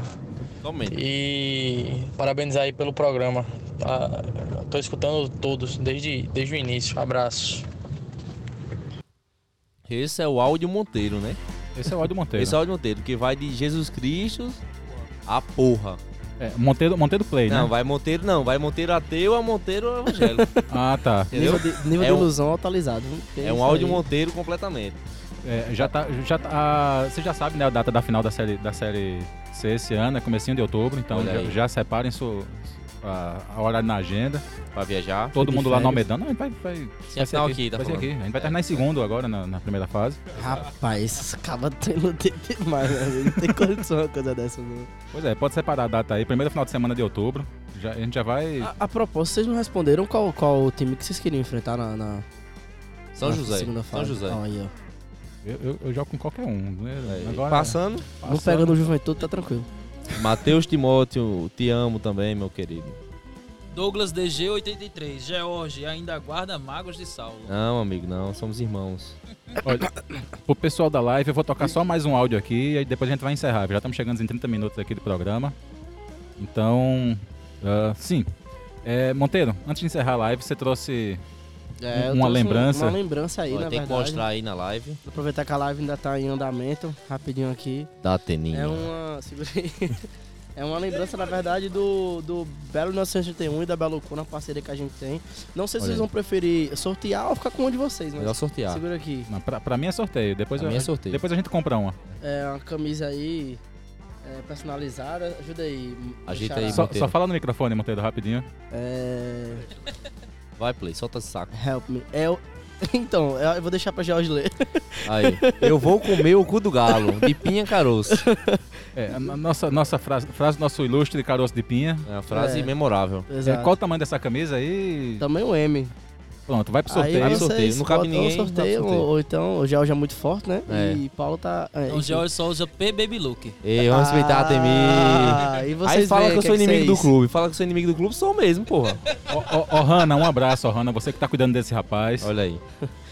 Somente. E parabenizar aí pelo programa. Tá, tô escutando todos desde, desde o início. Abraço. Esse é o áudio Monteiro, né? Esse é o áudio Monteiro. Esse é o áudio Monteiro, que vai de Jesus Cristo a porra. É, Monteiro, Monteiro Play, Não, né? vai Monteiro não, vai Monteiro ateu a Monteiro evangélico. Ah, tá. Entendeu? Nível de, nível É de um- ilusão atualizado. viu? Porque É um isso áudio aí- Monteiro completamente. É, já tá, já tá, ah, você já sabe, né, a data da final da série, da série C esse ano, é comecinho de outubro, então Olha já, aí. já separem sua, a, a horário na agenda. Pra viajar. Todo de mundo lá no férias. Almedão. Não, a gente vai, vai, vai a final aqui, tá vai ser falando. aqui. A gente vai terminar em segundo agora, na, na primeira fase. Rapaz, esses cabas treinam demais, né? velho? Não tem condição uma coisa dessa, não. Pois é, pode separar a data aí. Primeiro final de semana de outubro. Já, a gente já vai... Ah, A, a propósito, vocês não responderam qual, qual o time que vocês queriam enfrentar na, na- São na José. segunda São fase. José. Ah, aí, ó. Eu, eu- eu jogo com qualquer um. né? Aí, Agora, Passando, Não pegando o Juventude, tá tranquilo. Matheus Timóteo, te amo também, meu querido. Douglas DG83, George, ainda guarda magos de Saulo. Não, amigo, não, somos irmãos. Olha, pro pessoal da live, eu vou tocar só mais um áudio aqui e aí depois a gente vai encerrar. Já estamos chegando em 30 minutos aqui do programa. Então, ah, sim. É, Monteiro, antes de encerrar a live, você trouxe. um- É, eu Uma trouxe lembrança? Uma lembrança aí, Ó, na tem que verdade. mostrar aí na live. Aproveitar que a live ainda tá em andamento, rapidinho aqui. Da Teninha. É uma. segura aí. É uma lembrança, na verdade, do, do Belo 1981 e da Belo Cuna, a parceria que a gente tem. Não sei Olha se vocês aí. vão preferir sortear ou ficar com um de vocês, mas Melhor sortear. segura aqui. Não, pra, pra mim é sorteio. Depois, Pra eu- mim é sorteio. depois a gente compra uma. É uma camisa aí é, personalizada. Ajuda aí. Ajeita Xará. aí, Só, Monteiro. só fala no microfone, Monteiro, rapidinho. É. Vai, Play, solta esse saco. Help me. É o- Então, eu eu vou deixar pra George ler. Aí. Eu vou comer o cu do galo, de pinha caroço. É, a no- nossa, nossa frase, frase do nosso ilustre caroço de pinha. É uma frase É. memorável. É, Exato. qual o tamanho dessa camisa aí? Também o M. Pronto, vai pro aí sorteio. vocês sorteio. Não cabe botam ninguém, o sorteio, dá pro sorteio. Ou então, o George é muito forte, né? É. E Paulo tá. É, Então, enfim. George só usa P Baby Look. Ei, vamos respeitar a Temi. Ah, e vocês Aí fala veem que eu o sou é inimigo do vocês- clube. Fala que eu sou inimigo do clube, sou mesmo, porra. Ô, ô, ô, Hanna, um abraço, ô, Hanna. Você que tá cuidando desse rapaz. Olha aí.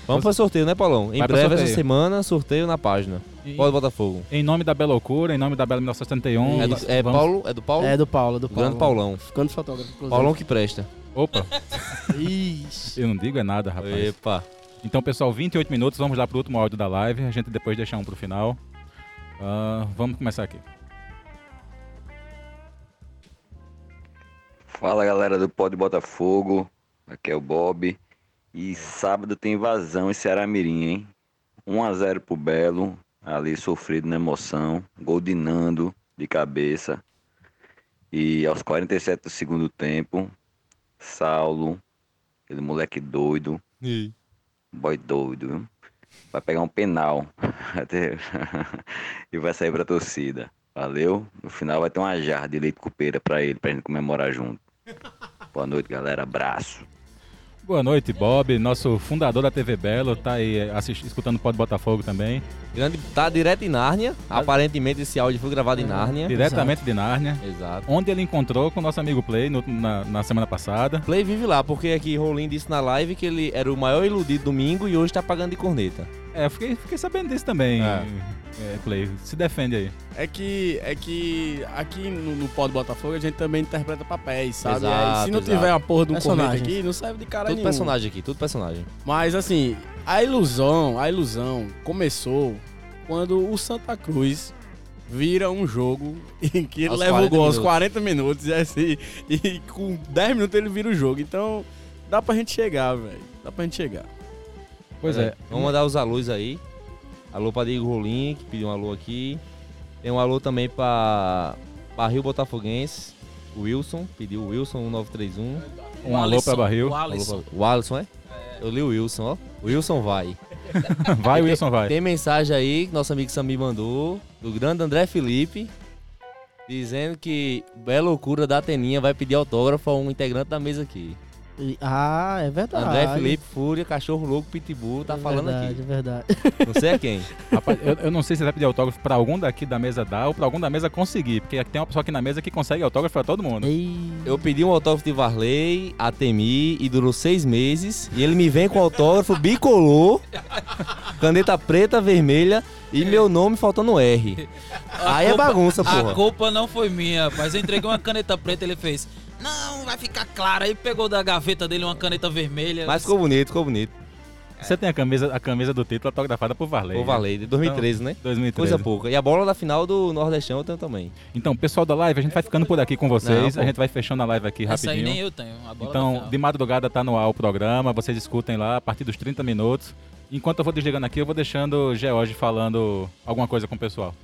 Vamos para sorteio, né, Paulão? Em Vai pra breve, essa sorteio. semana, sorteio na página. E- Pode Botafogo. Em nome da Bela Loucura, em nome da Bela 1971. É, do, é vamos- Paulo? É do Paulo? É do Paulo, do do Paulo. grande Paulão. Ficando fotógrafo, inclusive. Paulão que presta. Opa, Ixi. eu não digo é nada, rapaz. Epa. Então, pessoal, 28 minutos, vamos lá pro último áudio da live. A gente depois deixa um pro final. Ah, vamos começar aqui. Fala galera do Pod Botafogo, aqui é o Bob. E sábado tem invasão em Ceará Mirim, hein? 1x0 pro Belo, ali sofrido na emoção, gol de Nando de cabeça. E aos 47 do segundo tempo, Saulo, aquele moleque doido, Um boy doido, viu? vai pegar um penal Até- e vai sair pra torcida. Valeu? No final vai ter uma jarra de leite cupeira pra ele, pra gente comemorar junto. Boa noite, galera. Abraço. Boa noite, Bob, nosso fundador da TV Belo, tá aí eh, assist- escutando o Pod Botafogo também, Tá- Grande, tá direto em Nárnia. Aparentemente, esse áudio foi gravado em Nárnia. diretamente de Nárnia, Exato. onde ele encontrou com o nosso amigo Play no- na, na semana passada. Play vive lá, porque aqui Rolim disse na live que ele era o maior iludido domingo e hoje tá pagando de corneta. É, eu fiquei, fiquei sabendo disso também, É. eh, Play. Se defende aí. É que, é que aqui no, no Pod Botafogo a gente também interpreta papéis, sabe? Exato, Aí, se não exato. tiver a porra de um corneta Personagens. aqui, não serve de cara Tudo nenhum. personagem aqui, tudo personagem. Mas assim, a ilusão, a ilusão começou quando o Santa Cruz vira um jogo em que ele Aos leva o 40 gol aos minutos. 40 minutos e, assim, e com 10 minutos ele vira o jogo. Então, dá pra gente chegar, velho. Dá pra gente chegar. Pois é. Vamos mandar os alôs aí. Alô pra Diego Rolim, que pediu um alô aqui. Tem um alô também pra Barril Botafoguense. O Wilson, pediu o Wilson 1931. Um alô pra Barril. Alô O pra- Alisson. O Alisson, é? Eu li o Wilson, ó. O Wilson vai. Vai, Wilson, vai. Tem mensagem aí que nosso amigo Sami mandou, do grande André Felipe. Dizendo que Bela Loucura da Ateninha vai pedir autógrafo a um integrante da mesa aqui. E- Ah, é Tá, verdade. André Felipe Fúria, Cachorro Louco, Pitbull, tá É falando verdade, aqui. É verdade. Não sei a é quem. Rapaz, eu, eu não sei se vai pedir autógrafo pra algum daqui da mesa dar ou pra algum da mesa conseguir. Porque tem uma pessoa aqui na mesa que consegue autógrafo pra todo mundo. Ei, Eu pedi um autógrafo de Varley, a Temi, e durou seis meses. E ele me vem com autógrafo bicolor, caneta preta, vermelha, e meu nome faltando um R. A Aí é culpa- bagunça, A porra. culpa não foi minha, rapaz. Eu entreguei uma caneta preta, ele fez. Não, vai ficar claro. Aí pegou da gaveta dele uma caneta vermelha. Mas ficou bonito, ficou bonito. Você tem a camisa, a camisa do título autografada por Varley. Então, O Varley, de 2013, né? 2013. Coisa pouca. E a bola da final do Nordestão eu tenho também. Então, pessoal da live, a gente vai ficando por aqui com vocês. Não, a pô. gente vai fechando a live aqui Essa aí rapidinho. nem eu tenho. A bola da Então, final. de madrugada tá no ar o programa, vocês escutem lá a partir dos 30 minutos. Enquanto eu vou desligando aqui, eu vou deixando o George falando alguma coisa com o pessoal.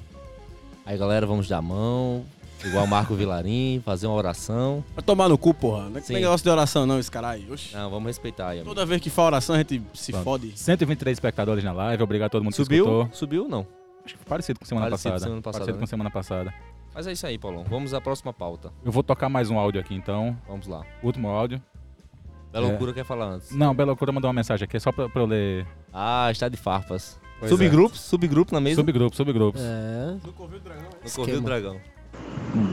Aí, galera, vamos dar mão, igual Marco Vilarim, fazer uma oração. Vai tomar no cu, porra. Não é que Sim. tem negócio de oração, não, esse caralho. Oxi. Não, vamos respeitar aí, amigo. Toda vez que faz oração, a gente se Pronto. fode. 123 espectadores na live, obrigado a todo mundo que Subiu? escutou. Subiu ou não? Acho que foi parecido com semana Parecido com passada. semana passada, parecido com né? semana passada. Mas é isso aí, Paulão. Vamos à próxima pauta. Eu vou tocar mais um áudio aqui então. Vamos lá. Último áudio. Bela É. Loucura quer falar antes. Não, Bela Loucura mandou uma mensagem aqui, é só pra, pra eu ler. Ah, está de farpas. Pois é. subgrupos, subgrupos na mesa. Subgrupos, subgrupos. É. No Correio do Dragão.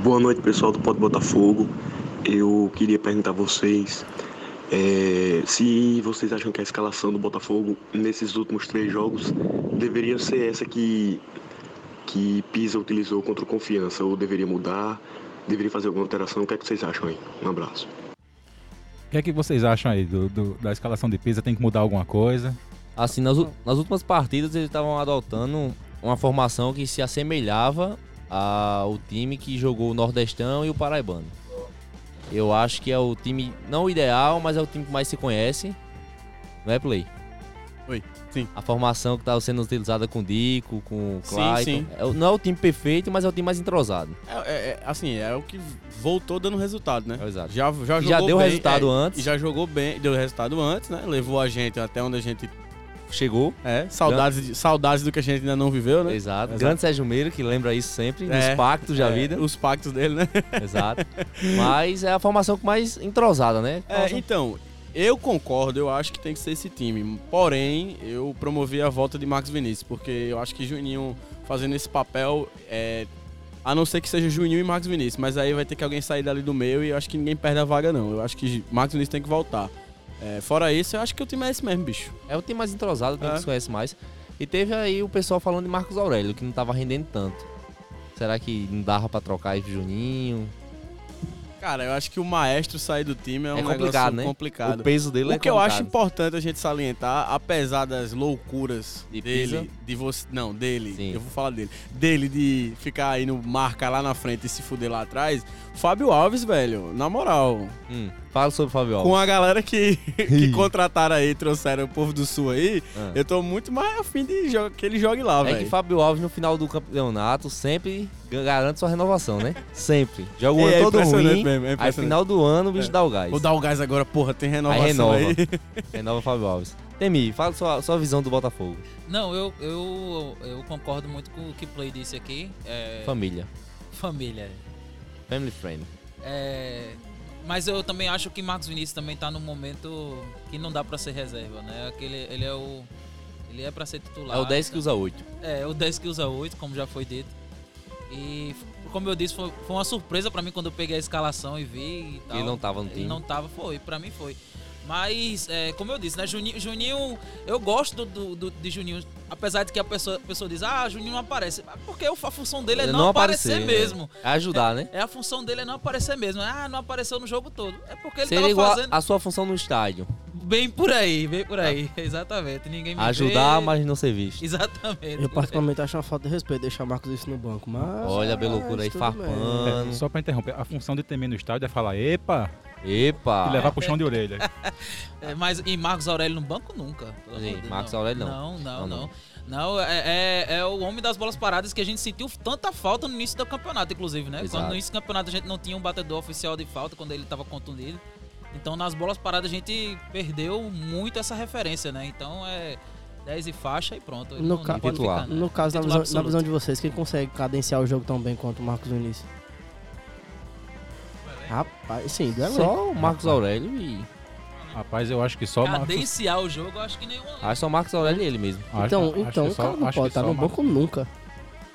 Boa noite, pessoal do Pode Botafogo. Eu queria perguntar a vocês eh, se vocês acham que a escalação do Botafogo nesses últimos três jogos deveria ser essa que, que Pisa utilizou contra o Confiança, ou deveria mudar, deveria fazer alguma alteração. O que é que vocês acham aí? Um abraço. O que é que vocês acham aí do- do- da escalação de Pisa? Tem que mudar alguma coisa? Assim, nas, u- nas últimas partidas eles estavam adotando uma formação que se assemelhava ao time que jogou o Nordestão e o Paraibano. Eu acho que é o time, não o ideal, mas é o time que mais se conhece. Não é, Play? Oi, sim. A formação que estava sendo utilizada com o Dico, com o Sim, Clayton. sim. É o- não é o time perfeito, mas é o time mais entrosado. É, é- é, assim, é o que voltou dando resultado, né? É o exato. Já, já E jogou já deu bem, resultado é, antes. E já jogou bem, deu resultado antes, né? Levou a gente até onde a gente. Chegou. É, saudades, de- saudades do que a gente ainda não viveu, né? Exato. Exato. Grande Sérgio Meiro, que lembra isso sempre, É, dos pactos da É, vida. Os pactos dele, né? Exato. Mas é a formação que mais entrosada, né? É, então, eu concordo, eu acho que tem que ser esse time. Porém, eu promovi a volta de Marcos Vinícius, porque eu acho que Juninho fazendo esse papel é. A não ser que seja Juninho e Marcos Vinícius, mas aí vai ter que alguém sair dali do meio e eu acho que ninguém perde a vaga, não. Eu acho que Marcos Vinícius tem que voltar. É, fora isso, eu acho que o time é esse mesmo, bicho. É o time mais entrosado, o time É. que se conhece mais. E teve aí o pessoal falando de Marcos Aurélio, que não tava rendendo tanto. Será que não dava pra trocar aí pro Juninho? Cara, eu acho que o maestro sair do time é um É complicado, negócio né? complicado. O peso dele é O que eu acho complicado. importante a gente salientar, apesar das loucuras De Pisa? dele, de você. Não, dele, Sim. eu vou falar dele. Dele de ficar aí no marca lá na frente e se fuder lá atrás. Fábio Alves, velho, na moral. Hum, fala sobre o Fábio Alves. Com a galera que, que contrataram aí, trouxeram o povo do sul aí, Ah. eu tô muito mais afim de jo- que ele jogue lá, É velho. que Fábio Alves, no final do campeonato, sempre ga- garante sua renovação, né? Sempre. Joga o É, ano é todo impressionante ruim, mesmo, é aí impressionante. final do ano o bicho É. dá o gás. Vou dar o gás agora, porra, tem Aí renovação aí. renova. renova Fábio Alves. Temi, fala sua, sua visão do Botafogo. Não, eu, eu, eu concordo muito com o que o Play disse aqui. É, Família. família. Family friend. É, mas eu também acho que Marcos Vinícius também tá num momento que não dá pra ser reserva, né? Aquele, ele é o. Ele é pra ser titular. É o 10 que usa 8. É, o 10 que usa 8, como já foi dito. E como eu disse, foi, foi uma surpresa pra mim quando eu peguei a escalação e vi e tal. Ele não tava no time. Ele não tava, foi, pra mim foi. Mas, é, como eu disse, né, Juninho, Juninho eu gosto do, do- de Juninho, apesar de que a pessoa, a pessoa diz, ah, Juninho não aparece. Mas Porque o- a função dele é Ele não, aparecer, mesmo. É, É ajudar, né? É a função dele é não aparecer mesmo. Ah, não apareceu no jogo todo. É porque ele Seria tava igual a- fazendo a sua função no estádio. bem por aí, bem por aí. Exatamente. Ninguém me Ajudar, vê. mas não ser visto. Exatamente. Eu particularmente acho uma falta de respeito deixar Marcos isso no banco, mas... Tá, Olha a belocura aí, mas tudo bem. farpando. Só pra interromper, a função de temer no estádio é falar epa e Epa! levar puxão de orelha. É, mas e Marcos Aurélio no banco nunca. pelo Sim, amor de Deus, Marcos Aurélio não. Não, não, Não, não. Não, é, é- é o homem das bolas paradas que a gente sentiu tanta falta no início do campeonato, inclusive, né? Exato. Quando no início do campeonato a gente não tinha um batedor oficial de falta quando ele tava contundido. Então nas bolas paradas a gente perdeu muito essa referência, né? Então é 10 e faixa e pronto. No ca- Titular. né? No caso, na visão, Titular na absoluto. visão de vocês, quem consegue cadenciar o jogo tão bem quanto o Marcos Vinícius? Rapaz, sim, do elenco. Só o Marcos Aurélio e. Rapaz, eu acho que só o Marcos. Cadenciar o jogo, eu acho que um- nenhum. Acho que só o Marcos Aurélio e ele mesmo. acho- então, acho que é então o só- cara não acho pode que estar só no o Marcos- banco nunca. tá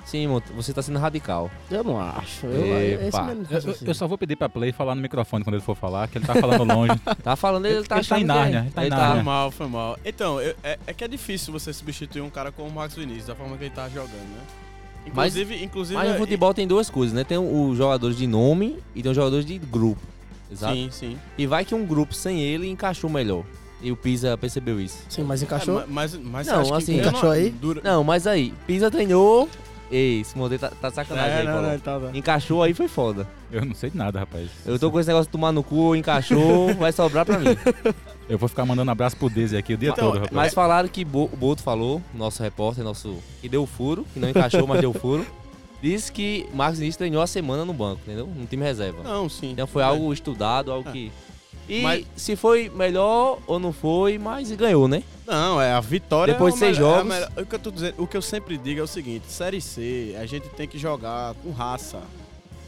Sim, Monte, você tá sendo radical. Eu não acho. Eu, esse Epa. menino Eu, faz eu- assim. eu só vou pedir pra Play falar no microfone quando ele for falar, que ele tá falando longe. Tá falando, ele, Ele- tá ele tá achando em que é. Nárnia, ele tá em Foi Nárnia. mal, foi mal. Então, eu- é, é que é difícil você substituir um cara como o Max Vinícius, da forma que ele tá jogando, né? Mas- Inclusive, inclusive. é Mas no futebol tem duas coisas, né? Tem os jogadores de nome e tem os jogadores de grupo. Exato. Sim, sim. E vai que um grupo sem ele encaixou melhor. E o Pisa percebeu isso. Sim, mas É, encaixou. ma- mas, mas Não, você acha assim, que encaixou aí? Dura... Não, mas aí, Pisa treinou. Ei, esse modelo tá, tá de sacanagem É, aí, não, Paulo. Não, tá, tá. Encaixou aí foi foda. Eu não sei de nada, rapaz. Eu tô com esse negócio de tomar no cu, encaixou, vai sobrar pra mim. Eu vou ficar mandando abraço pro Desi aqui o dia Então, todo, rapaz. Mas falaram que Bo- o Boto falou, nosso repórter, nosso. que deu furo, que não encaixou, mas deu furo. Disse que Marcos Vinícius treinou a semana no banco, entendeu? No time reserva. Não, sim. Então foi algo estudado, algo É. que. E Mas- se foi melhor ou não foi, mas ganhou, né? Não, é a vitória. Depois de é o seis melhor- é a jogos. melhor- o, que eu tô dizendo- o que eu sempre digo é o seguinte: Série C, a gente tem que jogar com raça.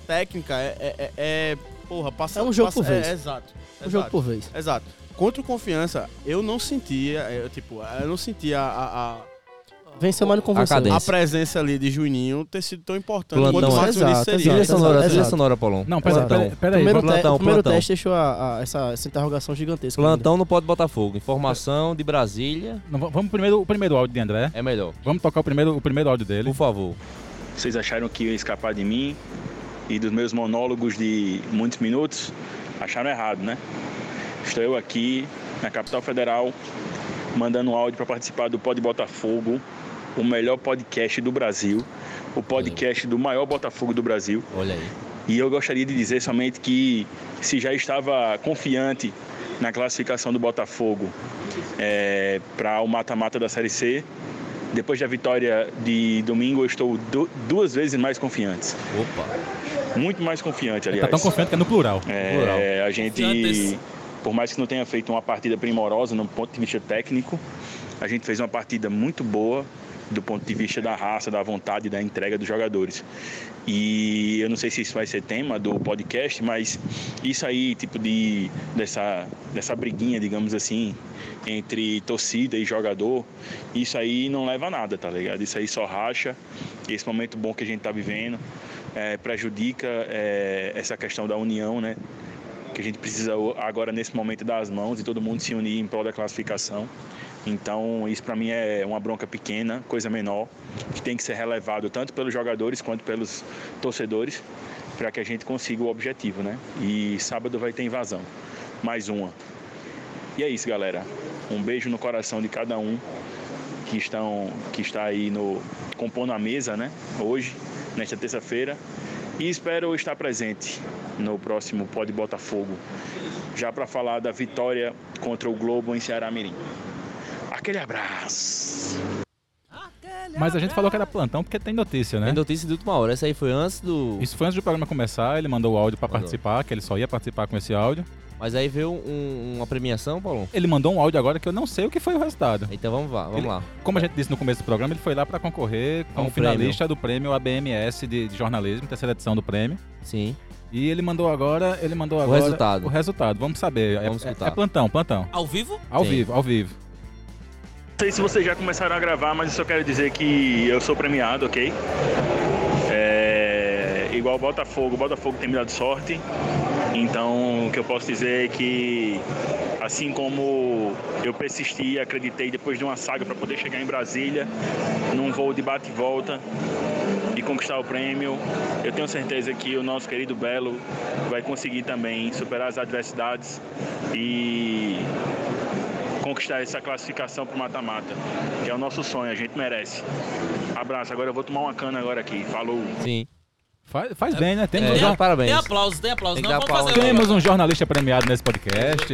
Técnica é. é, é- é- porra, passa É um jogo passa- por vez. É, exato. Um jogo exato. por vez. Exato. Contra o confiança, eu não sentia, eu, tipo, eu não sentia a, a- Venceu, mas não convenceu. Acadência. a, a presença ali de Juninho ter sido tão importante Plantão, quanto o é. Marcos Vinícius Exato, seria. Trilha exato. sonora, trilha sonora, Paulão. Não, pera, plantão. pera, pera aí. Primeiro, vamos lá. te- plantão, o primeiro plantão. teste deixou a- a- essa, essa interrogação gigantesca. é Plantão no Pode Botafogo. Informação de Brasília Não, va- vamos primeiro o primeiro áudio de André. é melhor. Vamos tocar o primeiro, o primeiro áudio dele. Por favor. Vocês acharam que ia escapar de mim e dos meus monólogos de muitos minutos? Acharam errado, né? Estou eu aqui na capital federal mandando um áudio para participar do Pod Botafogo, o melhor podcast do Brasil, o podcast do maior Botafogo do Brasil. Olha aí. E eu gostaria de dizer somente que se já estava confiante na classificação do Botafogo para o mata-mata da Série C, depois da vitória de domingo eu estou du- duas vezes mais confiante. Opa. Muito mais confiante, Ele tá aliás. tão confiante que é no plural. É, a gente, Confiantes. por mais que não tenha feito uma partida primorosa no ponto de vista técnico, a gente fez uma partida muito boa do ponto de vista da raça, da vontade, da entrega dos jogadores. E eu não sei se isso vai ser tema do podcast, mas isso aí, tipo de dessa dessa briguinha, digamos assim, entre torcida e jogador, isso aí não leva a nada, tá ligado? Isso aí só racha. Esse momento bom que a gente tá vivendo eh, prejudica eh, essa questão da união, né? que a gente precisa o- agora nesse momento das mãos e todo mundo se unir em prol da classificação. Então, isso para mim é uma bronca pequena, coisa menor, que tem que ser relevado tanto pelos jogadores quanto pelos torcedores, para que a gente consiga o objetivo, né? E sábado vai ter invasão, mais uma. E é isso, galera. Um beijo no coração de cada um que estão que está aí no compondo a mesa, né? Hoje, nesta terça-feira, e espero estar presente no próximo Pod Botafogo, já para falar da vitória contra o Globo em Ceará Mirim. Aquele abraço. Mas a gente falou que era plantão porque tem notícia, né? É notícia de última hora. Essa aí foi antes do. Isso foi antes do programa começar, ele mandou o áudio pra Mandou. participar, que ele só ia participar com esse áudio. Mas aí veio um- uma premiação, Paulão. Ele mandou um áudio agora que eu não sei o que foi o resultado. Então vamos lá, vamos Ele- lá. Como a gente disse no começo do programa, ele foi lá pra concorrer É como um prêmio. finalista do prêmio ABMS de, de jornalismo, terceira edição do prêmio. Sim. E ele mandou agora, ele mandou agora resultado. O resultado. Vamos saber. É- Vamos é, escutar. é plantão, plantão. Ao vivo? Ao Sim. vivo, ao vivo. Não sei se vocês já começaram a gravar, mas eu só quero dizer que eu sou premiado, ok? É, igual o Botafogo, o Botafogo tem me dado sorte. Então, o que eu posso dizer é que, assim como eu persisti e acreditei depois de uma saga para poder chegar em Brasília, num voo de bate e volta e conquistar o prêmio, eu tenho certeza que o nosso querido Belo vai conseguir também superar as adversidades e conquistar essa classificação pro mata-mata, que é o nosso sonho, a gente merece. Abraço, agora eu vou tomar uma cana agora aqui. Falou. Sim. Faz, faz bem, né? Temos, É, um tem, jor- já- parabéns. tem aplauso, tem aplauso. Tem que Não, dar vamos fazer aplauso. agora. temos um jornalista premiado nesse podcast.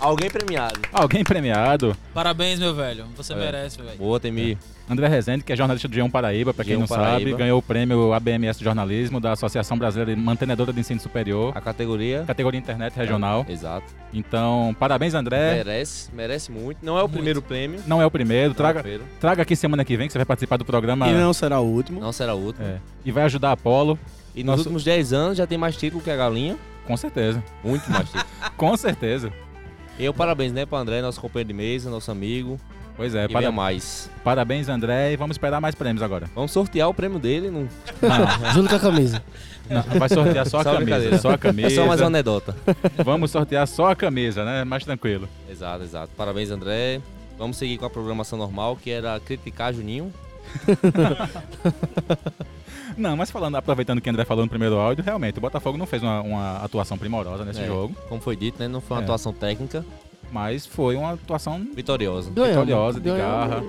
Alguém premiado. Alguém premiado. Parabéns, meu velho. Você merece, velho. É. Boa, tá Temi. André Rezende, que é jornalista do G1 Paraíba, pra quem G1 não sabe, Paraíba. ganhou o prêmio ABMS de Jornalismo da Associação Brasileira de Mantenedora de Ensino Superior, A categoria. É, categoria Internet Regional. Exato. Então, parabéns, André. Merece, merece muito. Não é o primeiro prêmio. Não é o primeiro. Traga, Não é o primeiro. traga aqui semana que vem, que você vai participar do programa. E não será o último. Não será outro. É. E vai ajudar a Apolo. E nos Nosso- últimos 10 anos já tem mais título que a galinha. Com certeza. Muito mais difícil. Com certeza. Eu parabéns, né, para André, nosso companheiro de mesa, nosso amigo. Pois é, e venha mais. Parabéns, André, e vamos esperar mais prêmios agora. Vamos sortear o prêmio dele no... Não. Junto com a camisa. Não, vai sortear só a Só camisa, brincadeira. só a camisa. É só mais uma anedota. Vamos sortear só a camisa, né? Mais tranquilo. Exato, exato. Parabéns, André. Vamos seguir com a programação normal, que era criticar Juninho. Não, mas falando, aproveitando o que o André falou no primeiro áudio, realmente, o Botafogo não fez uma, uma atuação primorosa nesse É, jogo. Como foi dito, né? Não foi uma É. atuação técnica. Mas foi uma atuação Vitoriosa. Ganhamos. vitoriosa, de Ganhamos. garra.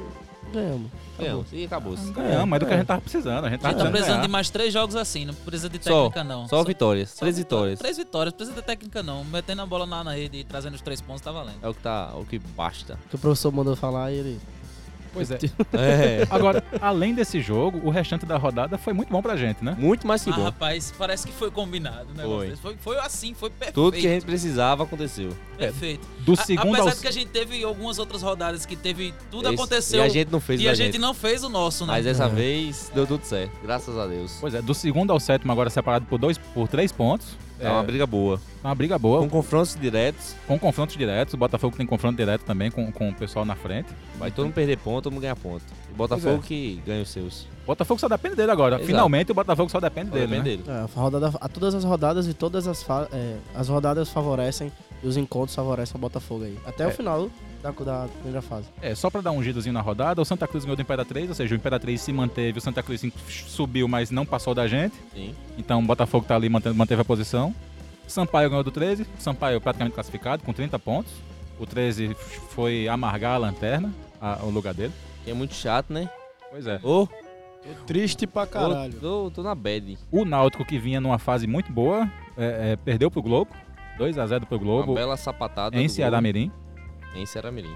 Ganhamos. Ganhamos. E acabou. Ganhamos, É, mas do que a gente tava precisando. A gente A tava gente tá precisando ganhar. de mais três jogos assim, não precisa de Só, técnica não. só vitórias. Três vitórias. Três vitórias, não precisa de técnica não. Metendo a bola na, na rede e trazendo os três pontos tá valendo. É o que tá, o que basta. Que o professor mandou falar e ele. Pois é. É. Agora, além desse jogo, o restante da rodada foi muito bom pra gente, né? Muito mais que ah, bom. rapaz, parece que foi combinado, né? Foi. Foi, foi assim, foi perfeito. Tudo que a gente precisava aconteceu. Perfeito. Do A- segundo Apesar ao- de que a gente teve algumas outras rodadas que teve. Tudo Esse- aconteceu. e a gente não fez E da a gente, gente. não fez o nosso, né? Mas dessa É. vez deu tudo certo. Graças a Deus. Pois é, do segundo ao sétimo, agora separado por, dois, por três pontos. É uma briga boa. Uma briga boa, Com confrontos diretos. com confrontos diretos. O Botafogo tem confronto direto também com, com o pessoal na frente. Vai todo mundo perder ponto, todo mundo ganhar ponto. E Botafogo que ganha os seus. O Botafogo só depende dele agora. Exato. Finalmente, o Botafogo só depende Só dele, Depende né? dele. É, a rodada, a todas as rodadas e todas as, fa- é, as rodadas favorecem e os encontros favorecem o Botafogo aí. Até É. o final da, da primeira fase. É, só pra dar um girozinho na rodada, o Santa Cruz ganhou do Imperatriz, ou seja, o Imperatriz se manteve, o Santa Cruz sim, subiu, mas não passou da gente. Sim. Então o Botafogo tá ali, mantendo, manteve a posição. Sampaio ganhou do 13, Sampaio praticamente classificado, com 30 pontos. O 13 foi amargar a lanterna, a- o lugar dele. Que é muito chato, né? Pois é. Ô, Triste pra ô, tô, tô na bad. O Náutico, que vinha numa fase muito boa, é, é, perdeu pro Globo, 2x0 pro Globo, Uma bela sapatada. em do Ceará gol. Mirim. Em Ceará Mirim.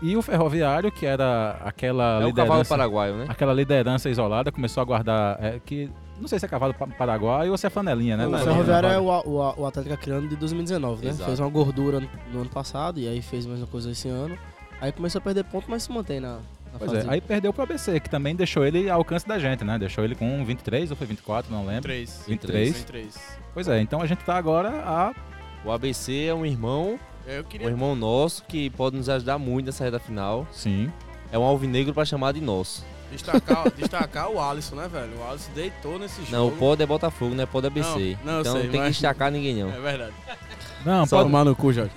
E o Ferroviário, que era aquela É o cavalo liderança... paraguaio, né? aquela liderança isolada começou a guardar é, que não sei se é cavalo pa- paraguai ou se é flanelinha, né? Não, O Mas- Ferroviário é o, o, o Atlético criando de 2019, né? Exato. Fez uma gordura no, no ano passado e aí fez a mesma coisa esse ano. Aí começou a perder ponto, mas se mantém na, na Pois fase. é, aí perdeu pro ABC, que também deixou ele ao alcance da gente, né? Deixou ele com 23 ou foi 24, não lembro. 3. 23. Pois é, então a gente tá agora a. O ABC é um irmão, Eu um queria irmão nosso que pode nos ajudar muito nessa reta final. Sim. É um alvinegro pra chamar de nosso. destacar, destacar o Alisson, né, velho? O Alisson deitou nesse jogo. Não, o pod é Botafogo, não é pod ABC. Não, não, eu então sei, não tem que mas- destacar ninguém, não. É verdade. Não, Só pode. tomar no cu, Jorge.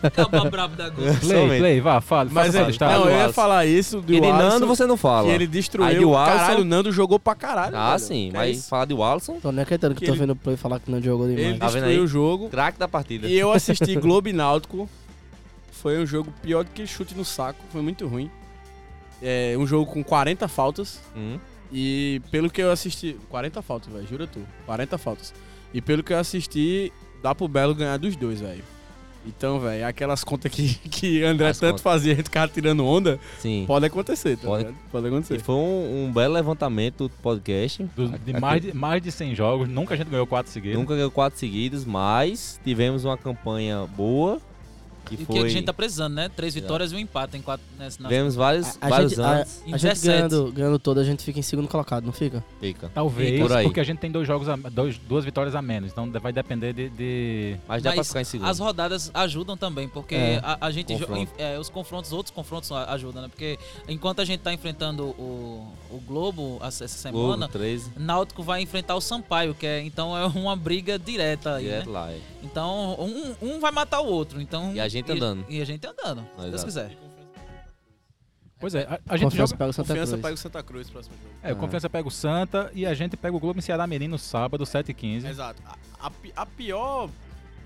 Acaba brabo da Globo. Play, Somente. play, vá, fala. Mas faça é, seu destaque. não, eu ia Alisson. falar isso do E de Alisson, Nando você não fala. que ele destruiu. Aí o Alisson- Caralho, o Nando jogou pra caralho. Ah, velho. sim, Que é mas isso? falar de Wallace, Tô nem acreditando que, Que tô ele- vendo o play falar que não jogou Ele demais. Tá vendo destruiu aí? o jogo. craque da partida. E eu assisti Globo e Náutico. Foi um jogo pior do que chute no saco. Foi muito ruim. É um jogo com 40 faltas. Hum, E pelo que eu assisti. 40 faltas, velho. Jura tu. 40 faltas. E pelo que eu assisti, dá pro Belo ganhar dos dois, velho. Então, velho, aquelas contas que, que André As tanto contas. fazia, a gente ficava tirando onda, sim. pode acontecer, tá Pode. ligado? Pode E acontecer. foi um, um belo levantamento do podcast. Do- de, mais de, mais de 100 jogos, nunca a gente ganhou 4 seguidos. Nunca ganhou quatro seguidos, mas tivemos uma campanha boa. Que E o que foi. a gente tá precisando, né? Três vitórias e um empate em quatro. Nessa, na- Tivemos vários, A- a vários gente- a- anos. Em A gente 17. ganhando, ganhando todo, a gente fica em segundo colocado, não fica? Fica. Talvez, Por aí. porque a gente tem dois jogos a, dois, duas vitórias a menos, então vai depender de. de- Mas dá é pra Mas ficar em segundo. As rodadas ajudam também, porque É, a, a gente. jo- confronto. é, os confrontos, outros confrontos a- ajudam, né? Porque enquanto a gente tá enfrentando o, o Globo essa essa semana, Globo, 13. Náutico vai enfrentar o Sampaio, que é, então é uma briga direta aí, Direto né? lá, é. Então, um, um vai matar o outro. Então, E a gente andando. E, a gente andando, se Exato. Deus quiser. Pois é, a, a gente Confiança joga. pega o Santa Confiança Cruz. pega o Santa Cruz próximo jogo. Ah. É, o Confiança pega o Santa e a gente pega o Globo em Ceará Mirim no sábado, 7h15. Exato. A, a pi- a pior,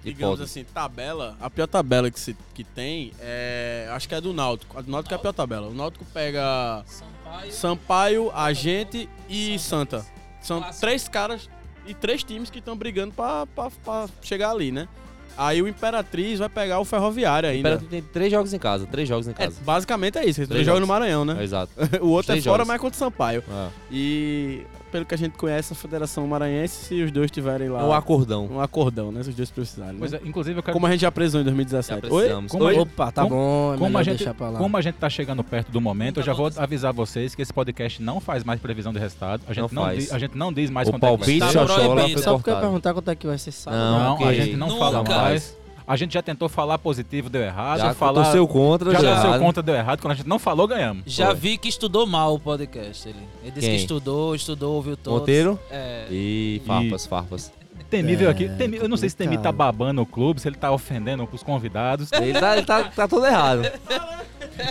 digamos Hipótese. assim, tabela, a pior tabela que, se, que tem, é, acho que é a do Náutico. A do Náutico é a pior tabela. O Náutico pega Sampaio. Sampaio, a gente e Santa. São Clássico. três caras e três times que estão brigando pra, pra, pra chegar ali, né? Aí o Imperatriz vai pegar o Ferroviário ainda. Pera, tu tem três jogos em casa, três jogos em É, casa. basicamente é isso. Eles Três jogam jogos. no Maranhão, É, né? Exato. O outro é Três fora, jogos. mas é contra o Sampaio. Ah, E pelo que a gente conhece, a Federação Maranhense, se os dois tiverem lá. Um acordão. Um acordão, né? Se os dois precisarem. né? Pois é, inclusive eu quero- Como a gente já apresou em 2017. Oi? Como é a gente- tá como- é como a gente, pra lá. Como a gente tá chegando perto do momento, eu já vou avisar vocês que esse podcast não faz mais previsão de resultado. A gente Não não, faz. diz, a gente não diz mais O quanto é que vai palpite ser. Tá xoxola proibido. foi Só porque eu ia cortado. perguntar quanto é que vai ser sábado. Não, ok. a gente não fala Nunca. mais. A gente já tentou falar positivo, deu errado. Já falar, torceu contra, já deu torceu errado. contra, deu errado. Quando a gente não falou, ganhamos. Já Foi. vi que estudou mal o podcast. Ele, ele disse Quem? que estudou, estudou, ouviu todos. Monteiro? É. E farpas, farpas. Temi veio É, aqui. Temi- eu não sei se Temi tá babando o clube, se ele tá ofendendo os convidados. Ele tá, ele tá- tá todo errado.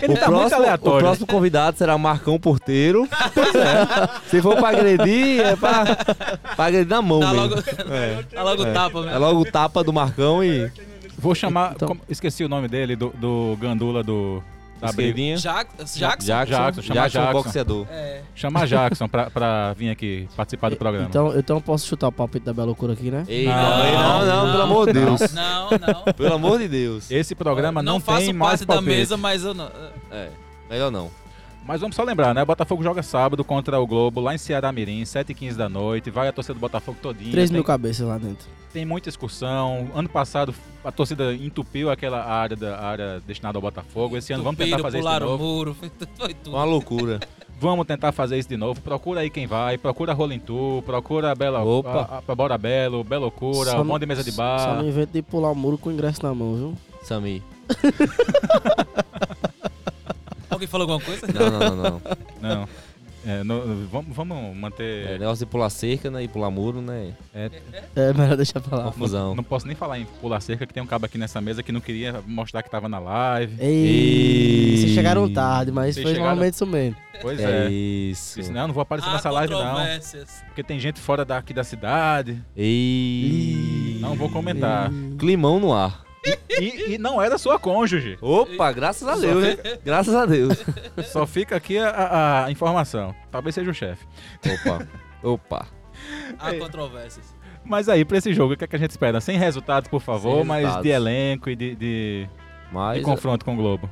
Ele tá muito aleatório. O próximo convidado será Marcão Porteiro. é. Se for pra agredir, é pra, pra agredir na mão Dá mesmo. Tá logo- dá logo tapa mesmo. É logo o tapa do Marcão e... Então. Vou chamar. como- esqueci o nome dele, do, do Gandula do. Da Esquerdinha? briga. Jack- Jackson? Jackson, chamar Tá, Jackson, Jackson. boxeador. É. Chamar Jackson pra, pra vir aqui participar do programa. Então, então eu posso chutar o palpite da Bela Loucura aqui, né? é? Ei, não, não, não, pelo amor de Deus. Não, não. Pelo amor de Deus. Esse programa não, não faço tem parte mais da palpite. mesa, mas eu não. É, melhor não. Mas vamos só lembrar, né? O Botafogo joga sábado contra o Globo, lá em Ceará Mirim, 7h15 da noite. Vai a torcida do Botafogo todinha. 3 tem- mil cabeças lá dentro. Tem muita excursão. Ano passado a torcida entupiu aquela área, da, a área destinada ao Botafogo. Esse ano vamos tentar Entupiram, fazer pularam isso de o novo. muro, foi tudo. Uma loucura. Vamos tentar fazer isso de novo. Procura aí quem vai. Procura Rolling Tour, procura a Bela, Opa. a, a Bora Belo, Bela Loucura, Só Mão um de não- Mesa de Só Bar. no evento de pular o muro com o ingresso na mão, viu? Sami. Alguém falou alguma coisa? Não, não, não. Não. É, no- vamos, vamos manter. É, negócio de pular cerca, né? E pular muro, né? É, É melhor deixar pra lá. Confusão. Não, não posso nem falar em pular cerca, que tem um cabo aqui nessa mesa que não queria mostrar que tava na live. Ei, vocês chegaram tarde, mas Vocês foi chegaram- normalmente isso mesmo. Pois É é. isso. Disse, não, não vou aparecer Há nessa live não. controvérsias. Porque tem gente fora daqui da cidade. E... Não vou comentar. Climão no ar. E, e não era sua cônjuge. Opa, graças a Deus, né? Graças a Deus. Só fica aqui a, a informação. Talvez seja o chefe. Opa, opa. Há controvérsias. Mas aí, pra esse jogo, o que, é que a gente espera? Sem resultados, por favor, Sem mas resultados. de elenco e de, de, Mas de confronto com o Globo.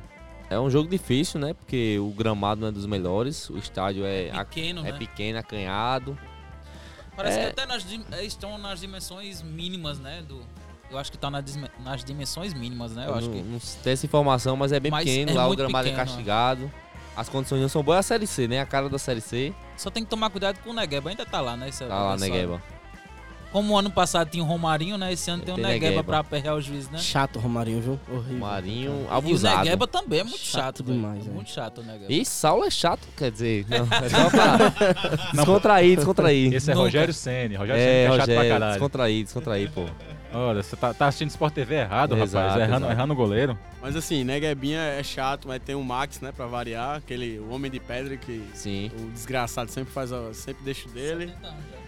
é um jogo difícil, né? Porque o gramado não é dos melhores, o estádio é ac- Pequeno, é né? pequeno, acanhado. Parece É. que até nas dim- eh, estão nas dimensões mínimas, né? Do, eu acho que tá na disme- nas dimensões mínimas, né? Eu, acho não, que. não tem essa informação, mas é bem Mas pequeno, é lá o muito gramado é pequeno, castigado. As condições não são boas, é a Série C, né? A cara da Série C Só tem que tomar cuidado com o Negueba. Ainda tá lá, né? Esse tá lá, né, pessoal. Gueba? Como o ano passado tinha o Romarinho, né? Esse ano tem, Tem o Negueba, Negueba. pra aperrear o juiz, é né? Chato o Romarinho, viu? Horrível. Marinho E o um abusado. Negueba também é muito chato, Chato velho. demais, É é. Muito chato o Negueba. E Saulo é chato, quer dizer, não, é só pra descontrair, descontrair. Esse é Nunca. Rogério Ceni. Rogério Ceni É, que é chato pra Rogério, caralho. descontrair, descontrair, pô. Olha, você tá, tá assistindo Sport TV errado, rapaz. Exato, Errando, exato. errando o goleiro. Mas assim, né, Guebinha é chato, mas tem o Max, né, pra variar, aquele o homem de pedra que Sim. o desgraçado sempre faz, a- sempre deixa o dele.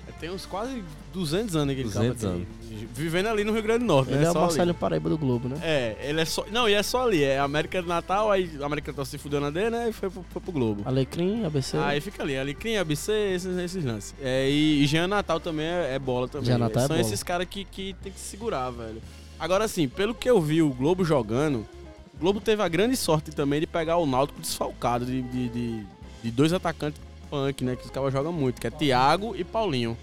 É, Tem uns quase 200 anos que ele 200 acaba de- Vivendo ali no Rio Grande do Norte, Ele né? é o só ali. Marcelo Paraíba do Globo, né? É, ele é só. Não, e é só ali. É América do Natal, aí a América do Natal se fudeu na D, né? E foi pro, foi pro Globo. Alecrim, ABC. Aí fica ali, Alecrim, ABC, esses, esses lances. É, e, e Jean Natal também é, é bola também. Jean Natal é São bola. esses caras que, que tem que segurar, velho. Agora assim, pelo que eu vi o Globo jogando, o Globo teve a grande sorte também de pegar o Náutico desfalcado de, de, de- de dois atacantes punk, né? Que os caras jogam muito, que é Thiago e Paulinho.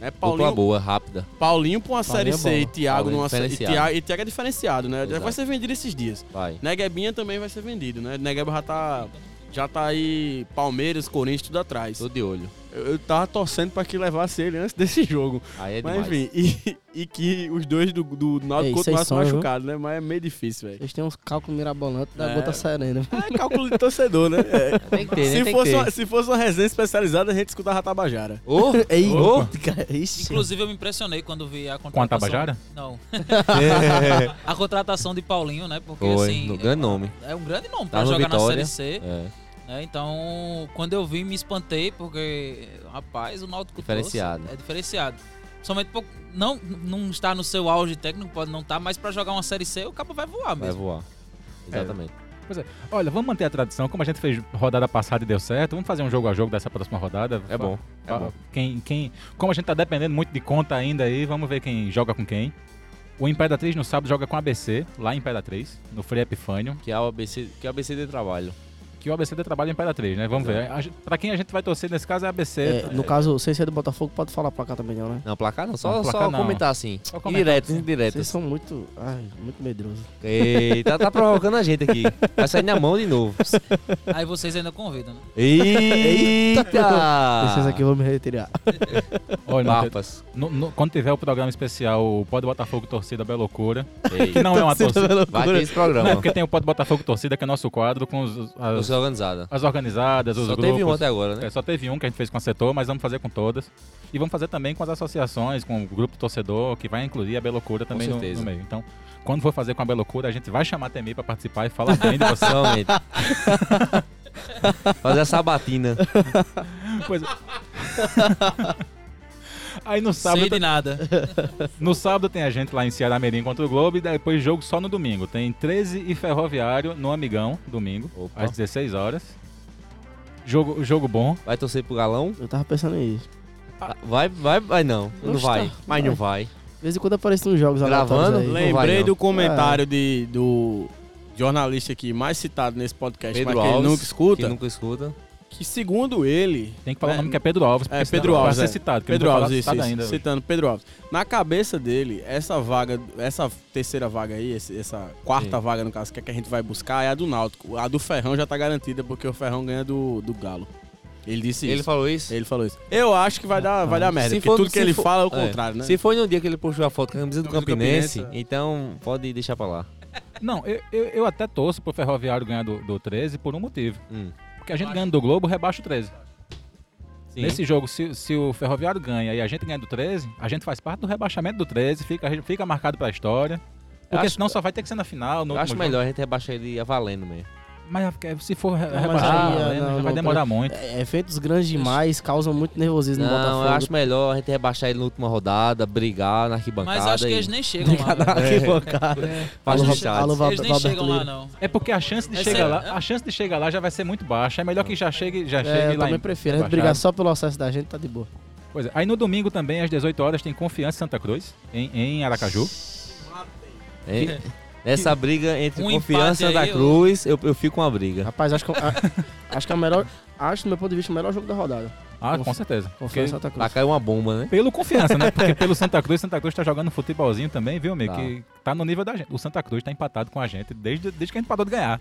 Né, Dupla Paulinho, boa, rápida. Paulinho pra uma Paulinho é série C bom. e Thiago Paulinho numa série. E diferenciado. Thiago, e Thiago é diferenciado, né? Já Vai Exato. ser vendido esses dias. Vai. Neguebinha também vai ser vendido, né? Negueba já tá. Já tá aí Palmeiras, Corinthians, tudo atrás. Tô de olho. Eu, eu tava torcendo pra que levasse ele antes desse jogo. Aí é demais. Mas enfim, e, e que os dois do, do Ei, Náutico vocês continuassem são, viu? machucados, né? Mas é meio difícil, velho. Eles têm uns cálculos mirabolantes da É. gota serena. É cálculo de torcedor, né? É. Tem que ter, né? se, Tem fosse que uma, ter. se fosse uma resenha especializada, a gente escutava a Tabajara. Ô, Ei, ô. cara, isso. Inclusive, eu me impressionei quando vi a contratação. Tabajara? Não. a contratação de Paulinho, né? Porque É. Foi, assim. no grande nome. É um grande nome Tá pra no jogar Vitória. na Série C. É, né? Então, quando eu vi, me espantei, porque, rapaz, o Náutico trouxe- Diferenciado. é diferenciado. Somente por não, não estar no seu auge técnico, pode não estar, mas pra jogar uma Série C, o cabo vai voar vai mesmo. voar. Exatamente. é. Olha, vamos manter a tradição. Como a gente fez rodada passada e deu certo, vamos fazer um jogo a jogo dessa próxima rodada. É, bom. É Ah, bom. Quem, quem, como a gente tá dependendo muito de conta ainda aí, vamos ver quem joga com quem. O Imperatriz no sábado joga com a ABC, lá em Imperatriz, no Frei Epifânio. Que é o ABC, que é o ABC de trabalho. que o ABC dê trabalho em Imperatriz, né? Vamos ver. A gente- Pra quem a gente vai torcer nesse caso é ABC. É, no caso, sem ser do Botafogo, pode falar placar também, não, né? Não, placar não, só, Não, placar só não. comentar assim. Só comentar, Indiretos, sim. indiretos. Vocês são muito. Ai, muito medroso. Eita, tá provocando a gente aqui. Vai sair na mão de novo. Aí vocês ainda convidam, né? Eita! Esses aqui eu vou me retirar. Olha, não, Papas. no- no- quando tiver o programa especial, o Pode Botafogo Torcida Bela Loucura, que não é uma Torcida torcida. Vai ter esse programa. Não, porque tem o Pode Botafogo Torcida, que é nosso quadro com os- as, Torcida organizada. as organizadas, os Só grupos. teve um até agora, né? É, só teve um que a gente fez com a setor, mas vamos fazer com todas. E vamos fazer também com as associações, com o grupo torcedor, que vai incluir a Belocura também no, certeza. no meio. Então, quando for fazer com a Belocura, a gente vai chamar a Temi pra participar e falar bem de você. Somente. Fazer a sabatina. Pois é. Aí no Sem sábado, de nada. no sábado tem a gente lá em Ceará Mirim contra o Globo e depois jogo só no domingo. Tem 13 e Ferroviário no Amigão, domingo, Opa. às 16 horas. Jogo, jogo bom. Vai torcer pro galão? Ah, Eu tava pensando em ir. Vai, vai, vai não. Não Oxe, vai. tá. Mas não vai. De vez em quando aparecem uns jogos Gravando? aleatórios Tá aí. Não Então vai, Lembrei não. do comentário de, do jornalista aqui mais citado nesse podcast, Pedro mas que Alves. ele nunca escuta, Que nunca escuta. que segundo ele, Tem que falar É, o nome que é Pedro Alves. É, porque senão Pedro Alves. Vai é. ser citado, que ele Pedro não foi Alves, isso, citado isso. ainda. hoje. Citando Pedro Alves. Na cabeça dele, essa vaga, essa terceira vaga aí, esse- essa quarta vaga, no caso, que é que a gente vai buscar é a do Náutico. A do Ferrão já tá garantida, porque o Ferrão ganha do, do Galo. Ele disse Ele isso. falou isso? Ele falou isso. Eu acho que vai dar, vai Ah. dar merda, Se porque for- tudo que se ele for- fala é o contrário, né? Se foi no dia que ele postou a foto com a camisa do Camisa do Campinense, Campinense, é. então pode deixar pra lá. Não, eu, eu, eu até torço pro Ferroviário ganhar do, do 13 por um motivo. Hum. Porque a gente ganhando do Globo, rebaixa o 13. Nesse jogo, se, se o Ferroviário ganha e a gente ganha do 13, a gente faz parte do rebaixamento do 13, fica, fica marcado pra história. Porque acho- senão só vai ter que ser na final. No Eu acho último melhor a gente rebaixar ele a valendo mesmo. jogo. Mas é, tá se for re- mas rebaixar, aí, é, né, não, já vai não, demorar muito. É, eventos grandes demais causam muito nervosismo no Não, Botafogo. eu acho melhor a gente rebaixar ele na última rodada, brigar na arquibancada. Mas acho que e... eles nem chegam lá. velho. Faz Alô, no Val- chat. alô, Val- Eles nem Valber chegam lá, Cleiro. não. É porque a chance de É chegar sério, lá, a chance de chegar lá já vai ser muito baixa. É melhor que já chegue, já É, chegue eu lá. também em- prefiro. A gente rebaixado. brigar só pelo acesso da gente, tá de boa. Pois é. Aí no domingo também, às 18 horas, tem Confiança e Santa Cruz, em, em Aracaju. Hein? Nessa briga entre Um Confiança e empate Santa aí, eu- Cruz, eu, eu fico com uma briga. Rapaz, acho que, a, acho que é o melhor. Acho, do meu ponto de vista, o melhor jogo da rodada. Ah, Confi- com certeza. Porque- Confiança Santa Lá Cruz. caiu uma bomba, né? Pelo confiança, né? Porque pelo Santa Cruz, Santa Cruz tá jogando futebolzinho também, viu, amigo? Tá. Que tá no nível da gente. O Santa Cruz tá empatado com a gente desde, desde que a gente parou de ganhar.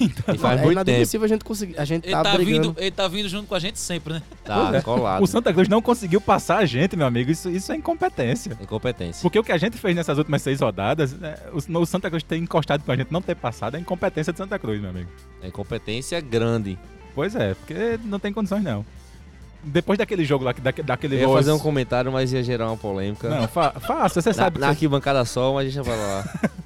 Então, E faz é muito tempo. inadmissível a gente conseguir. A gente Ele tá, tá, brigando. vindo, ele tá vindo junto com a gente sempre, né? Tá, colado. é. O Santa Cruz não conseguiu passar a gente, meu amigo. Isso, isso é incompetência. Incompetência. Porque o que a gente fez nessas últimas seis rodadas, né, o, o Santa Cruz ter encostado com a gente não ter passado é incompetência de Santa Cruz, meu amigo. É Incompetência grande. Pois é, porque não tem condições, não. Depois daquele jogo lá, que- daque- daquele Eu ia gol- fazer um comentário, mas ia gerar uma polêmica. Não, fa- faça, você Na, sabe. na que arquibancada só, mas deixa pra lá. você-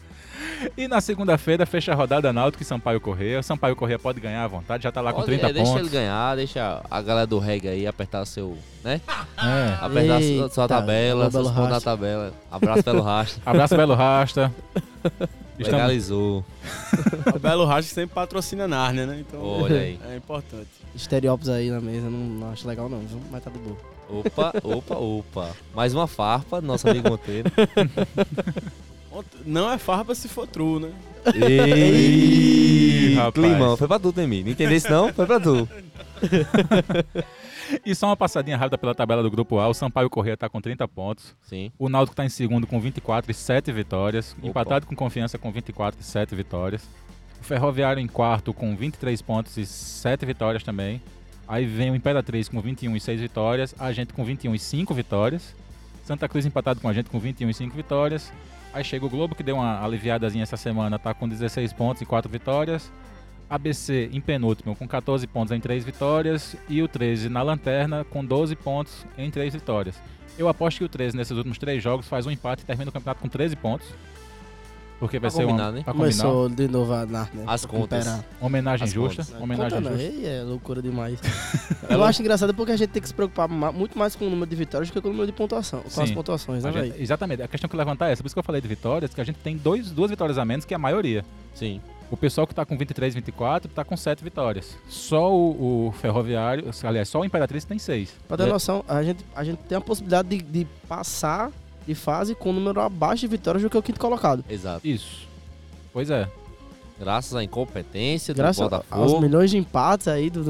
E na segunda-feira fecha a rodada Náutico e Sampaio Correia. O Sampaio Correia pode ganhar à vontade, já tá lá com Pode- 30 é, pontos. deixa ele ganhar, deixa a galera do reggae aí apertar seu. né? É. Apertar sua, Eita, sua tabela, alô, tá, Belo seus pontos na Rasta. tabela. Abraço pelo rastro. Abraço, Belo Rasta. Estamos... Legalizou. O Belo Racho sempre patrocina a Nárnia, né? Então Olha aí. é importante. Estereópis aí na mesa, não, não acho legal não, viu? Mas tá de boa. Opa, opa, opa. Mais uma farpa do nosso amigo Monteiro. Ont- Não é farpa se for true, né? Ih, Ei, rapaz. climão. Foi pra tu, Temi. Não entendeu isso não? Foi pra tu. E só uma passadinha rápida pela tabela do grupo A. O Sampaio Corrêa tá com 30 pontos. Sim. O Náutico tá em segundo com 24 e 7 vitórias. Opa. Empatado com confiança com 24 e 7 vitórias. O Ferroviário em quarto com 23 pontos e 7 vitórias também. Aí vem o Imperatriz com 21 e 6 vitórias. A gente com 21 e 5 vitórias. Santa Cruz empatado com a gente com 21 e 5 vitórias. Aí chega o Globo, que deu uma aliviadazinha essa semana, tá com 16 pontos e 4 vitórias. ABC em penúltimo com 14 pontos em 3 vitórias. E o 13 na lanterna com 12 pontos em 3 vitórias. Eu aposto que o 13 nesses últimos 3 jogos faz um empate e termina o campeonato com 13 pontos. Porque vai Pra ser combinar, uma, né? pra combinar. Começou de novo a Narnia. As contas. uma homenagem As justa. contas. uma homenagem Conta não, justa. aí é loucura demais. Eu acho engraçado porque a gente tem que se preocupar ma- muito mais com o número de vitórias do que com o número de pontuação, com as Sim. pontuações, A né, gente- velho? exatamente. A questão que eu levantar é essa. Por isso que eu falei de vitórias, que a gente tem dois, duas vitórias a menos que a maioria. Sim. O pessoal que tá com 23, 24 tá com 7 vitórias. Só o, o Ferroviário, aliás, só o Imperatriz tem 6. Pra ter É. noção, a gente, a gente tem a possibilidade de, de passar de fase com um número abaixo de vitórias do que o quinto colocado. Exato. Isso. Pois é. Graças à incompetência do Graças a- aos Botafogo. milhões de empates aí do.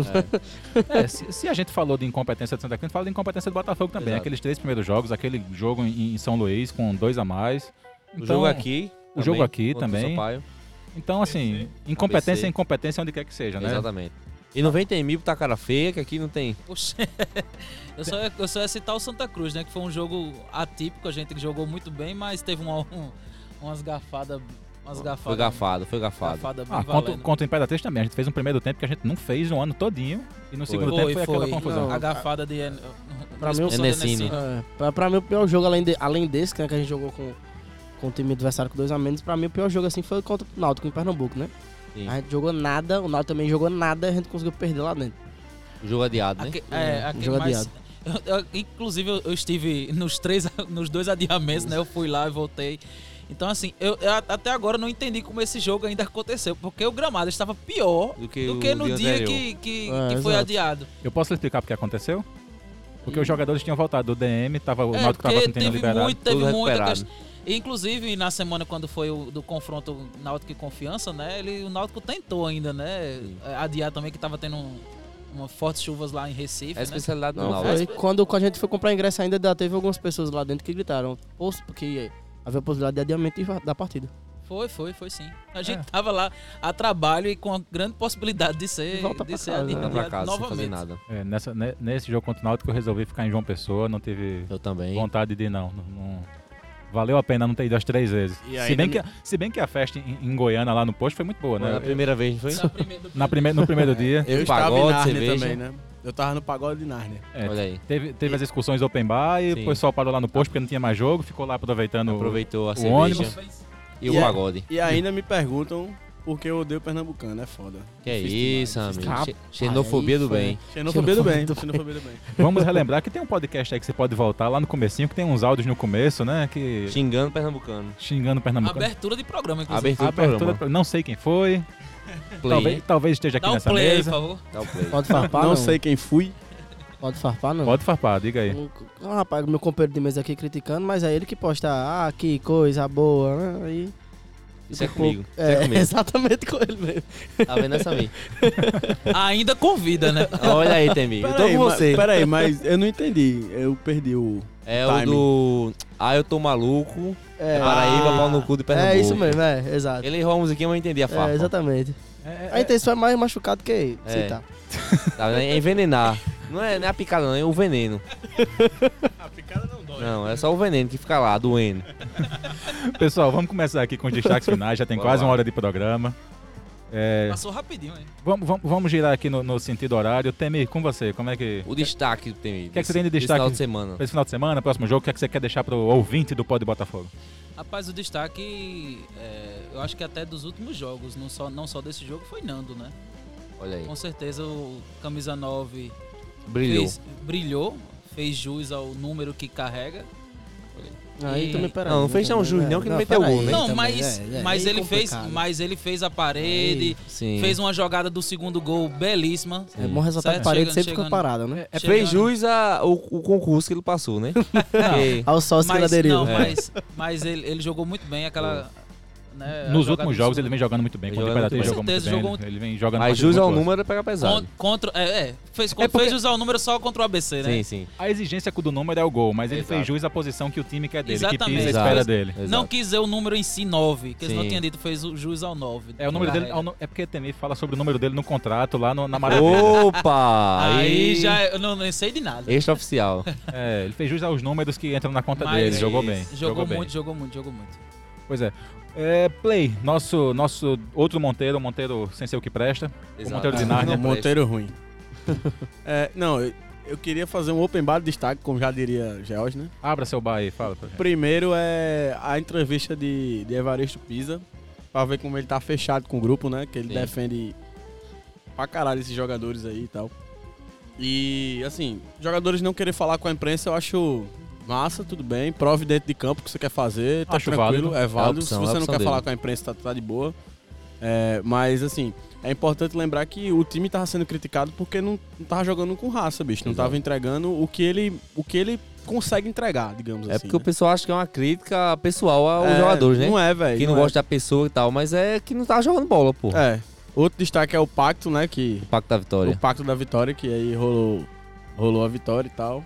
É, se, se a gente falou de incompetência de Santa Cruz, a gente fala de incompetência do Botafogo também. Exato. Aqueles três primeiros jogos, aquele jogo em, em São Luís com dois a mais. Então, O jogo aqui O também, jogo aqui contra o também. Sampaio. Então, assim, incompetência ABC. é incompetência onde quer que seja, né? Exatamente. E não vem tem mil tá cara feia, que aqui não tem. Poxa, eu só, ia, eu só ia citar o Santa Cruz, né? Que foi um jogo atípico, a gente jogou muito bem, mas teve uma, um- umas gafadas. Umas gafadas. Foi gafado, foi gafado. Gafada bem Ah, contra, valendo. contra o Imperatriz também. A gente fez um primeiro tempo que a gente não fez um ano todinho. E no segundo tempo foi, aquela confusão. Não, a gafada de. Ah, Pra mim, o- expulsão do Enesini. É, pra, pra mim, o pior jogo, além, de- além desse, que, né, que a gente jogou com, com o time adversário com dois a menos, pra mim o pior jogo assim foi contra o Náutico em Pernambuco, né? Sim. A gente jogou nada, o Náutico também jogou nada, a gente conseguiu perder lá dentro. O jogo adiado, né? Aque- é, Um aque- jogo mas- adiado. eu- eu- inclusive, eu, eu estive nos, três, nos dois adiamentos, né? Eu fui lá e voltei. Então, assim, eu, eu a- até agora não entendi como esse jogo ainda aconteceu, porque o gramado estava pior Do que o no dia dia anterior. que, que, Ah, É, que foi exato. adiado. Hum. Eu posso explicar porque aconteceu? Porque os jogadores tinham voltado do DM, tava, o É, Náutico tava porque sentindo teve liberado. muito, teve tudo muita recuperado. questão. Inclusive, na semana quando foi o do confronto Náutico e Confiança, né? Ele, o Náutico tentou ainda, né? Adiar também, que tava tendo um, uma fortes chuvas lá em Recife, É a né? especialidade do Não, Náutico. foi quando a gente foi comprar ingresso ainda, ainda teve algumas pessoas lá dentro que gritaram, "Poxa, porque havia a possibilidade de adiamento e va- da partida. Foi, foi, foi sim. A gente tava lá a trabalho e com a grande possibilidade de E ser, volta de pra ser casa, né? adiado Volta pra casa sem novamente. fazer nada. É, nessa, ne- nesse jogo contra o Náutico eu resolvi ficar em João Pessoa, não teve Eu também. vontade de ir, não. Não- não- Valeu a pena não ter ido as três vezes. E né? Se ainda bem, que, se bem que a festa em, em Goiânia, lá no posto, foi muito boa, Foi a né? primeira vez, não foi? É. Na primeira- Na prime no primeiro dia, Eu, Eu e estava em pagode, Nárnia cerveja. também, né? Eu tava no pagode de Nárnia. É. Olha aí. teve, teve as excursões open bar e Sim. o pessoal parou lá no posto porque não tinha mais jogo, ficou lá aproveitando. o- Aproveitou a cerveja ônibus. e o E a- pagode. E ainda me perguntam por que eu odeio pernambucano, é foda. Que é isso, amigo. Rapaz, Che- Xenofobia do aí foi- bem. né? Xenofobia do bem, xenofobia do bem. Vamos relembrar que tem um podcast aí que você pode voltar lá no comecinho, que tem uns áudios no começo, né? Que Xingando pernambucano. xingando o Pernambucano. Abertura de programa, inclusive. Abertura, do Abertura programa. do- Não sei quem foi. Play. Talvez, talvez esteja aqui Dá um nessa play, aí, por mesa. favor. Dá o play. Pode farpar, não. Não sei quem fui. Pode farpar, não. Pode farpar, diga aí. Um, um rapaz, meu companheiro de mesa aqui criticando, mas é ele que posta, ah, que coisa boa, né? Aí, Isso é Tipo, comigo. é, comigo. exatamente com ele mesmo. É Tá vendo essa minha? Ainda convida, né? Olha aí, Temi. Eu tô Peraí, com mas, você. peraí, mas eu não entendi. Eu perdi o. É Timing. o do. Ah, eu tô maluco. É, É Paraíba, pau no cu de Pernambuco. é isso mesmo, é, exato. Ele errou a musiquinha, mas eu entendi a farpa. É, exatamente. a intenção é mais machucado que citar. É. Tá vendo? É envenenar. Não é, não é a picada, não, é o veneno. A picada não dói. Não, é só o veneno que fica lá, doendo. Pessoal, vamos começar aqui com os destaques finais, já tem Bora quase lá. uma hora de programa. É, Passou rapidinho, hein? vamos, vamos, vamos girar aqui no, no sentido horário. Temir, com você, como é que. O destaque tem. que você tem de desse destaque? final de semana. Pra esse final de semana, próximo jogo, o que, é que você quer deixar pro ouvinte do Pod Botafogo? Rapaz, o destaque, é, eu acho que até dos últimos jogos, não só, não só desse jogo, foi Nando, né? Olha aí. Com certeza o Camisa 9 Brilhou. Fez, brilhou, fez jus ao número que carrega. Aí E- também peraí. né? Não, não fez não, Júnior, não, que não meteu peraí, gol, né? Bem Não, também, mas, é, é, mas é ele fez, complicado. mas ele fez a parede, Sim. fez uma jogada do segundo gol belíssima. É bom ressaltar que Certo, parede chegando, sempre fica chegando. parada, né? É, Chegando. fez jus a- o, o concurso que ele passou, né? Porque- Ao sócio que ele Mas, aderiu. não, É. mas, mas ele, ele jogou muito bem aquela. né, a Nos jogada últimos do jogos segundo ele vem jogando muito bem. Vem Contra o jogando Imperatriz muito jogou bem. muito Com certeza, bem. Ele vem jogando Mas partidas jus muito ao boas. número pega pesado. Con- Contra, é, é, fez, É porque- fez jus ao número só contra o ABC, né? Sim, sim. A exigência do número é o gol, mas ele Exato. fez jus à posição que o time quer dele, que Exatamente. pisa a espera Exato. dele. Exato. Não quis dizer o número em si 9, que eles não Sim. tinham dito, fez o jus ao 9. É, o número dele, é o nu- é porque Temir fala sobre o número dele no contrato lá no- na Maravilha. Opa! Aí Aí já é, eu não, não sei de nada. Extra oficial. É, ele fez jus aos números que entram na conta Mas dele. Jogou bem. Jogou, bem. muito, jogou muito, jogou muito. Pois é. É, Play, nosso, nosso outro Monteiro, Monteiro sem ser o que presta. Exato. Monteiro de É, Nárnia. não presta. Um Monteiro ruim. É, não, eu, eu queria fazer um open bar de destaque, como já diria George, né? Abra seu bar aí, fala pra gente. Primeiro é a entrevista de, de Evaristo Pisa, pra ver como ele tá fechado com o grupo, né? Que ele Sim. defende pra caralho esses jogadores aí e tal. E, assim, jogadores não querer falar com a imprensa, eu acho massa, tudo bem. Prove dentro de campo o que você quer fazer, tá Acho tranquilo, válido. é válido. opção, é Se a você não opção quer dele. falar com a imprensa, tá, tá de boa. É, mas, assim, é importante lembrar que o time tava sendo criticado porque não, não tava jogando com raça, bicho. Não Exato. tava entregando o que ele, o que ele consegue entregar, digamos É assim. porque o pessoal acha que é uma crítica pessoal aos É, jogadores, né? não é, velho, Que não, não é. gosta da pessoa e tal, mas é que não tá jogando bola, pô. É. Outro destaque é o pacto, né? Que o pacto da vitória. O pacto da vitória, que aí rolou, rolou a vitória e tal.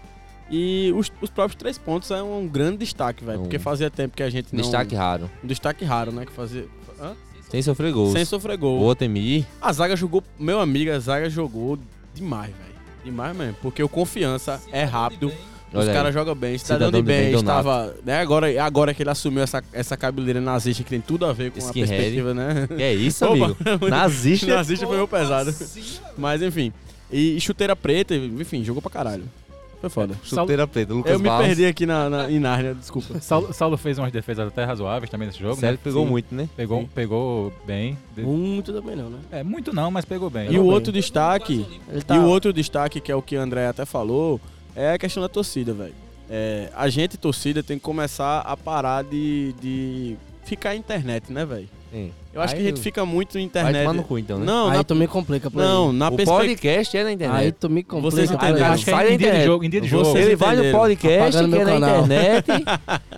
E os, os próprios três pontos é um grande destaque, É velho. Porque fazia tempo que a gente não. Destaque raro. Um destaque raro, né? Que fazia. Hã? Sem sofrer gols. Sem sofrer gol. O Otemir. A zaga jogou. Meu amigo, a zaga jogou demais, velho. Demais mesmo. Porque o confiança é rápido. Os Olha aí. caras jogam bem. Cidadão, Cidadão de de bem, bem, Donato. estava. Né, agora, agora que ele assumiu essa, essa cabeleira nazista que tem tudo a ver com a Skinhead. perspectiva, né? Que é isso, Opa, amigo? Nazista? nazista foi meio pesado. Mas enfim. E, e chuteira preta, enfim, jogou pra caralho. Foi foda. Chuteira preta, Lucas Eu me Barros. perdi aqui na, na, em Nárnia, desculpa. Saulo, Saulo fez umas defesas até razoáveis também nesse jogo. Sério, né? pegou muito, né? Pegou, Sim. pegou bem. De- Muito também não, né? É, muito não, mas pegou bem. E o outro destaque, tá- e o outro destaque que é o que o André até falou, é a questão da torcida, velho. É, a gente, torcida, tem que começar a parar de, de ficar internet, né, velho? Eu acho que a gente fica muito na internet. Vai tomar no cu, então, né? Não, Aí na- tu me complica pra Não, ele. na O perspectiva. podcast é na internet. Aí tu me complica. Vocês pra ele. entenderam. Acho que é Sai da em dia de internet. jogo, em dia de jogo. Ele vai no Entenderam. podcast, Apagando que é meu na canal. internet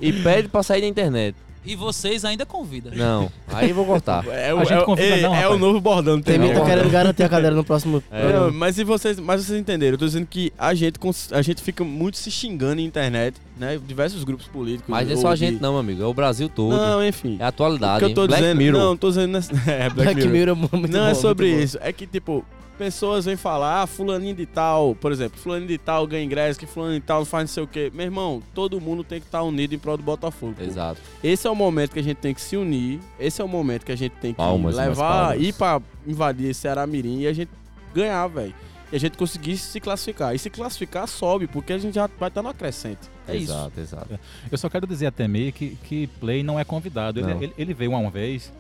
e pede pra sair da internet. E vocês ainda convidam. Não, aí eu vou cortar. É o- é o- é- é o novo bordão. Tem entendeu? mim tá querendo garantir a cadeira no próximo. É, não, mas se vocês, mas vocês entenderam, eu tô dizendo que a gente, cons- a gente fica muito se xingando na internet, né? Diversos grupos políticos. Mas não é ou só a de- gente, não, amigo. É o Brasil todo. Não, enfim. É a atualidade. O que eu tô hein? Black dizendo, Mirror. Não, tô dizendo nessa- é, Black, Black Mirror. Mirror é muito Não bom, é sobre muito bom. isso. É que, tipo, pessoas vêm falar, ah, fulaninho de tal, por exemplo, fulaninho de tal ganha ingresso, que fulaninho de tal não faz não sei o quê. Meu irmão, todo mundo tem que estar unido em prol do Botafogo. pô. Exato. Esse é o momento que a gente tem que se unir, esse é o momento que a gente tem que Palmas, mais levar, palmas. ir pra invadir esse Aramirim e a gente ganhar, velho. E a gente conseguir se classificar. E se classificar, sobe, porque a gente já vai estar no crescente. É isso. exato, exato. Eu só quero dizer a Temi que, que Play não é convidado. Ele, Não. ele, ele veio uma vez,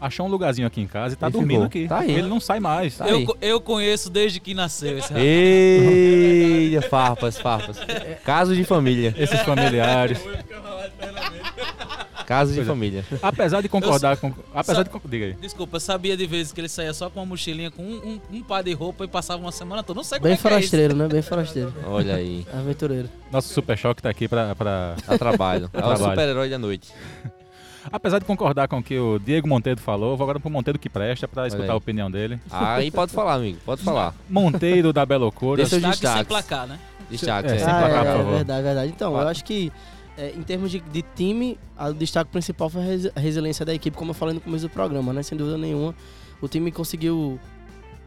achou um lugarzinho aqui em casa e tá E dormindo ficou. aqui. Tá aí. Ele não sai mais. eu, co- eu conheço desde que nasceu esse rapaz. Eita, farpas, farpas. Caso de família. Esses familiares. Caso de Pois é. família. Apesar de concordar Eu- com. Apesar Sa- de. con- Diga aí. Desculpa, eu sabia de vezes que ele saía só com uma mochilinha, com um, um, um par de roupa e passava uma semana toda. Não sei como Bem é que é isso. forasteiro, né? Bem forasteiro. Olha aí. Aventureiro. Nosso Super Choque tá aqui pra. pra... A trabalho. É o Trabalho. super-herói da noite. Apesar de concordar com o que o Diego Monteiro falou, vou agora pro Monteiro que presta pra escutar aí. a opinião dele. Aí pode falar, amigo. Pode falar. Monteiro da Belocura. Deixa os Destaque sem destaques. placar, né? Destaques, É, é. sem placar, é, por é favor. verdade, é verdade. Então, eu Fala. acho que é, em termos de, de time, a- o destaque principal foi a resi- a resiliência da equipe, como eu falei no começo do programa, né? Sem dúvida nenhuma, o time conseguiu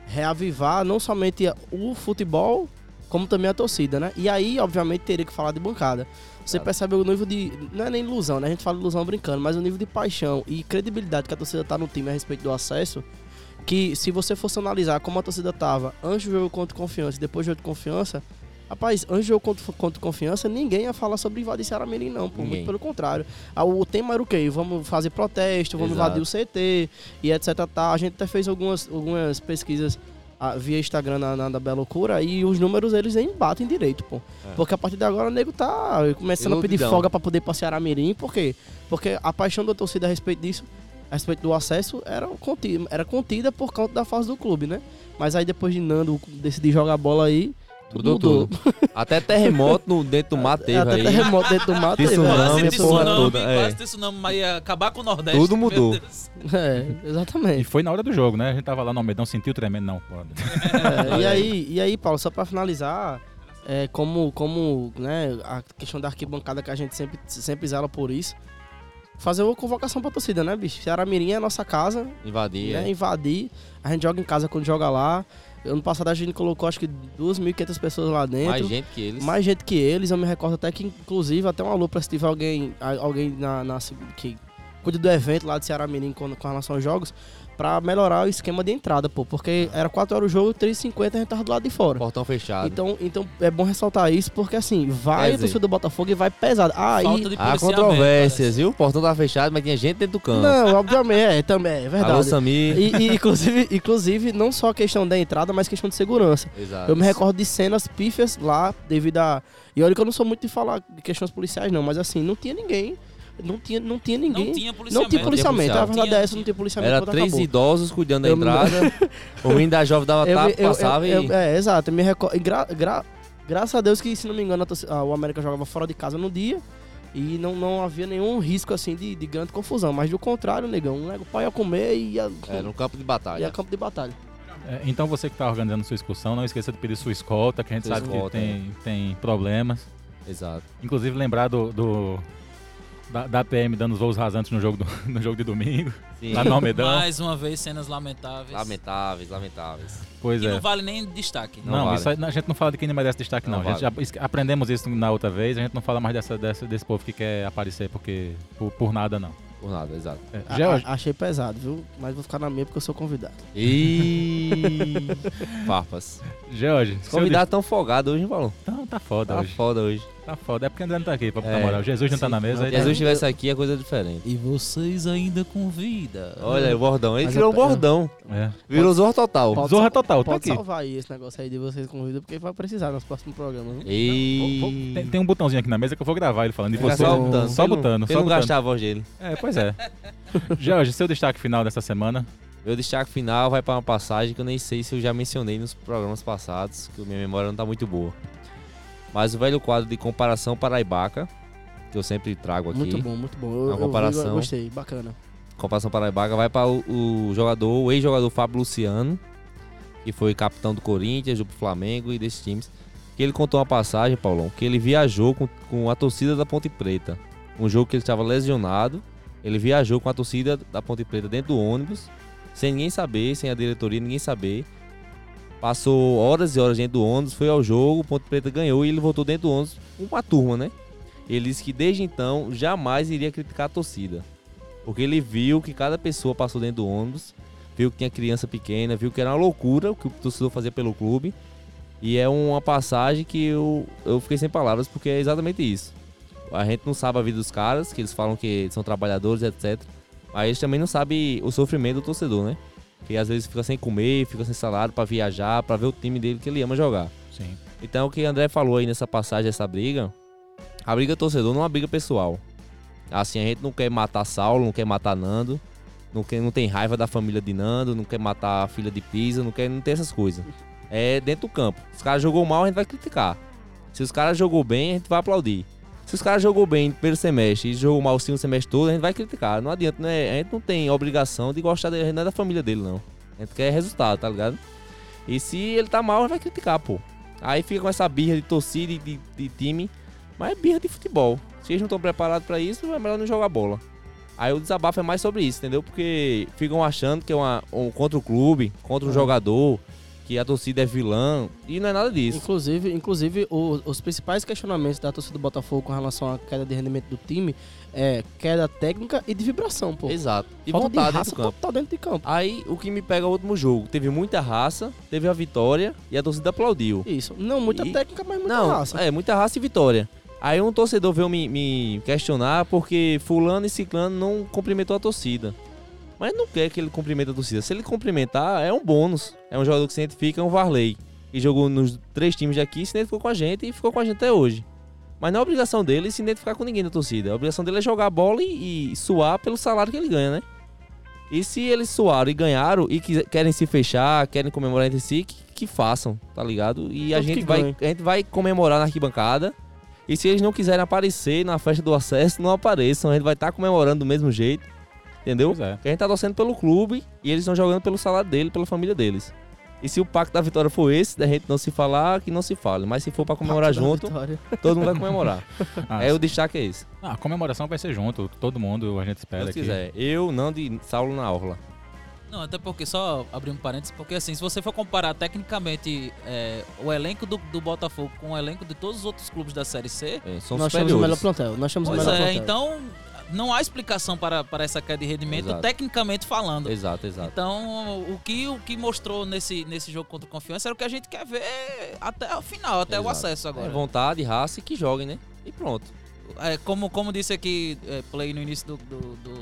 reavivar não somente a- o futebol, como também a torcida, né? E aí, obviamente, teria que falar de bancada. Você percebe o nível de. Não é nem ilusão, né? A gente fala ilusão brincando, mas o nível de paixão e credibilidade que a torcida tá no time a respeito do acesso. Que se você fosse analisar como a torcida tava antes do jogo contra o confiança e depois do jogo de confiança, rapaz, antes do jogo contra, contra o confiança, ninguém ia falar sobre invadir Ceará-Mirim, não. Pô, Ninguém. muito pelo contrário. Ah, O tema era o quê? Vamos fazer protesto, vamos Exato. invadir o CT e etc. Tá. A gente até fez algumas, algumas pesquisas ah, via Instagram na, na da Belocura e os números eles nem batem direito, pô. Porque a partir de agora o nego tá começando a É. pedir Iludidão. folga pra poder passear a Mirim, por quê? Porque a paixão da torcida a respeito disso, a respeito do acesso, era contida, era contida por conta da fase do clube, né? Mas aí depois de Nando decidir jogar bola aí, tudo Mudou, mudou. tudo. Até terremoto no, dentro do mar teve Até aí. terremoto dentro do mar teve, Tsunami, velho. Quase minha né? porra tsunami, toda, é. quase tsunami, mas ia acabar com o Nordeste. Tudo meu mudou. Deus. É, exatamente. E foi na hora do jogo, né? A gente tava lá no Almedão, sentiu tremendo, não. pô. É, e, aí, e aí, Paulo, só pra finalizar, é, como, como né, a questão da arquibancada que a gente sempre, sempre zela por isso, fazer uma convocação pra torcida, né, bicho? Ceará Mirim é a nossa casa, Invadir. né, é. invadir, a gente joga em casa quando joga lá. Ano passado a gente colocou acho que 2.500 pessoas lá dentro. Mais gente que eles. Mais gente que eles, eu me recordo até que, inclusive, até um alô pra se tiver alguém, a- alguém na, na- que cuida do evento lá de Ceará Mirim com, com relação aos jogos, pra melhorar o esquema de entrada, pô. Porque era 4 horas o jogo, 3h50 a gente tava do lado de fora. Portão fechado. É, Então, então é bom ressaltar isso, porque assim, Quer vai o dizer- torcedor do Botafogo e vai pesado. Aí. Falta de Há policiamento. controvérsias, viu? Ah, O portão tava fechado, mas tinha gente dentro do campo. Não, obviamente, é, também, é verdade. Alô, Samir. E, e, inclusive, inclusive, não só a questão da entrada, mas questão de segurança. Exato. Eu me recordo de cenas pífias lá, devido a. E olha que eu não sou muito de falar de questões policiais, não, mas assim, não tinha ninguém. Não tinha, não tinha ninguém. tinha Não tinha policiamento. Não policiamento. tinha A verdade policial. é essa, não tinha policiamento. Era quando três acabou. idosos cuidando da Eu me- entrada. o menino da jovem dava Eu me- tapa, eu- passava eu- e. eu- É, exato. Eu me recordo. Gra, gra- Graças a Deus que, se não me engano, a torcida- ah, o América jogava fora de casa no dia e não, não havia nenhum risco assim de, de grande confusão. Mas do contrário, negão, o nego pai ia comer e ia. Era um campo de ia batalha. campo de batalha. É, então você que está organizando sua excursão, não esqueça de pedir sua escolta, que a gente Sua sabe escolta, que tem, tem problemas. Exato. Inclusive lembrar do, do- da, da PM dando os voos rasantes no jogo, do- no jogo de domingo, Sim. lá Tá no Almedão. Mais uma vez, cenas lamentáveis. Lamentáveis, lamentáveis. Pois que é. não vale nem destaque. Não, isso aí- a gente não fala de quem não merece destaque, não. Não A gente já esque- aprendemos isso na outra vez, a gente não fala mais dessa, dessa- desse povo que quer aparecer porque, por, por nada, não. Por nada, exato. É, A- George, a- achei pesado, viu? Mas vou ficar na minha porque eu sou convidado. E papas. George, Os seu convidados tão folgados hoje, hein, Paulo? dest- Não, tá foda Tá hoje. foda hoje. Tá foda. É porque André não tá aqui, pra botar É. moral. Jesus não tá Sim, na mesa. não, aí Se tá- Jesus estivesse aqui, é coisa diferente. E vocês ainda com vida. Olha aí, o bordão. Ele Mas virou eu um pe- bordão. É. Virou zorro total. Pode Zorra sal- total, tá Pode aqui. salvar aí esse negócio aí de vocês convidam, porque vai precisar nos próximos programas. viu? Vou- vou- E... Tem, tem um botãozinho aqui na mesa que eu vou gravar ele falando. E Fica você? É só botando. Só Tá Ele não- botando, Ele só não botando. gastar a voz dele. É, pois é. George, seu destaque final dessa semana. Meu destaque final vai pra uma passagem que eu nem sei se eu já mencionei nos programas passados, que minha memória não tá muito boa. Mas o velho quadro de comparação paraibaca, que eu sempre trago aqui. É Muito bom, muito bom. Eu, Uma eu vi, eu comparação. gostei, bacana. Comparação paraibaca vai para o, o jogador, o ex-jogador Fábio Luciano, que foi capitão do Corinthians, do Flamengo e desses times. Que ele contou uma passagem, Paulão, que ele viajou com, com a torcida da Ponte Preta. Um jogo que ele estava lesionado. Ele viajou com a torcida da Ponte Preta dentro do ônibus, sem ninguém saber, sem a diretoria ninguém saber. Passou horas e horas dentro do ônibus, foi ao jogo, Ponte Preta ganhou e ele voltou dentro do ônibus com a turma, né? Ele disse que desde então jamais iria criticar a torcida. Porque ele viu que cada pessoa passou dentro do ônibus, viu que tinha criança pequena, viu que era uma loucura o que o torcedor fazia pelo clube. E é uma passagem que eu, eu fiquei sem palavras, porque é exatamente isso. A gente não sabe a vida dos caras, que eles falam que eles são trabalhadores, etc. Mas eles também não sabem o sofrimento do torcedor, né? Que às vezes fica sem comer, fica sem salário pra viajar, pra ver o time dele que ele ama jogar. Sim. Então, o que o André falou aí nessa passagem, essa briga, a briga torcedor não é uma briga pessoal. Assim, a gente não quer matar Saulo, não quer matar Nando, não, quer, não tem raiva da família de Nando, não quer matar a filha de Pisa, não quer, não tem essas coisas. É dentro do campo. Se os caras jogou mal, a gente vai criticar. Se os caras jogou bem, a gente vai aplaudir. Se os caras jogou bem no primeiro semestre e jogou mal o segundo semestre todo, a gente vai criticar. Não adianta, né? A gente não tem obrigação de gostar dele, a gente não é da família dele, não. A gente quer resultado, tá ligado? E se ele tá mal, a gente vai criticar, pô. Aí fica com essa birra de torcida e de, de time. Mas é birra de futebol. Se eles não estão preparados pra isso, é melhor não jogar bola. Aí o desabafo é mais sobre isso, entendeu? Porque ficam achando que é uma, um contra o clube, contra o jogador, que a torcida é vilã. E não é nada disso. Inclusive, inclusive o- os principais questionamentos da torcida do Botafogo com relação à queda de rendimento do time é queda técnica e de vibração, pô. Exato. E Falta de vontade raça do campo. total dentro de campo. Aí o que me pega é o último jogo. Teve muita raça, teve a vitória e a torcida aplaudiu. Isso. Não muita E- técnica, mas muita não, raça. é, muita raça e vitória. Aí um torcedor veio me, me questionar porque fulano e ciclano não cumprimentou a torcida. Mas não quer que ele cumprimente a torcida. Se ele cumprimentar, é um bônus. É um jogador que se identifica, é um Varley. E jogou nos três times daqui, se identificou com a gente e ficou com a gente até hoje. Mas não é obrigação dele se identificar com ninguém da torcida. A obrigação dele é jogar a bola e, e suar pelo salário que ele ganha, né? E se eles suaram e ganharam e quise- querem se fechar, querem comemorar entre si, que, que façam, tá ligado? E a Tanto que gente, vai, ganhe. a gente vai comemorar na arquibancada. E se eles não quiserem aparecer na festa do acesso, não apareçam. A gente vai estar comemorando do mesmo jeito, entendeu? Pois é. Porque a gente tá torcendo pelo clube e eles estão jogando pelo salário dele, pela família deles. E se o pacto da vitória for esse, da gente não se falar, que não se fale. Mas se for pra comemorar Pacto da junto, vitória. todo mundo vai comemorar. Ah, é o destaque é esse. Se ah, a comemoração vai ser junto, todo mundo, a gente espera Deus aqui. quiser. Eu, Nando e Saulo na orla. Não, até porque, só abrir um parênteses, porque assim, se você for comparar tecnicamente é, o elenco do, do Botafogo com o elenco de todos os outros clubes da Série C, É, são Nós temos o melhor superiores. plantel. Nós temos o pois melhor é, plantel. então não há explicação para, para essa queda de rendimento, Exato. tecnicamente falando. Exato, exato. Então, o que, o que mostrou nesse, nesse jogo contra o Confiança era o que a gente quer ver até o final, Ah, até o Exato. acesso É agora. vontade, raça e que joguem, né? E pronto. É, como, como disse aqui é, Play no início do, do, do,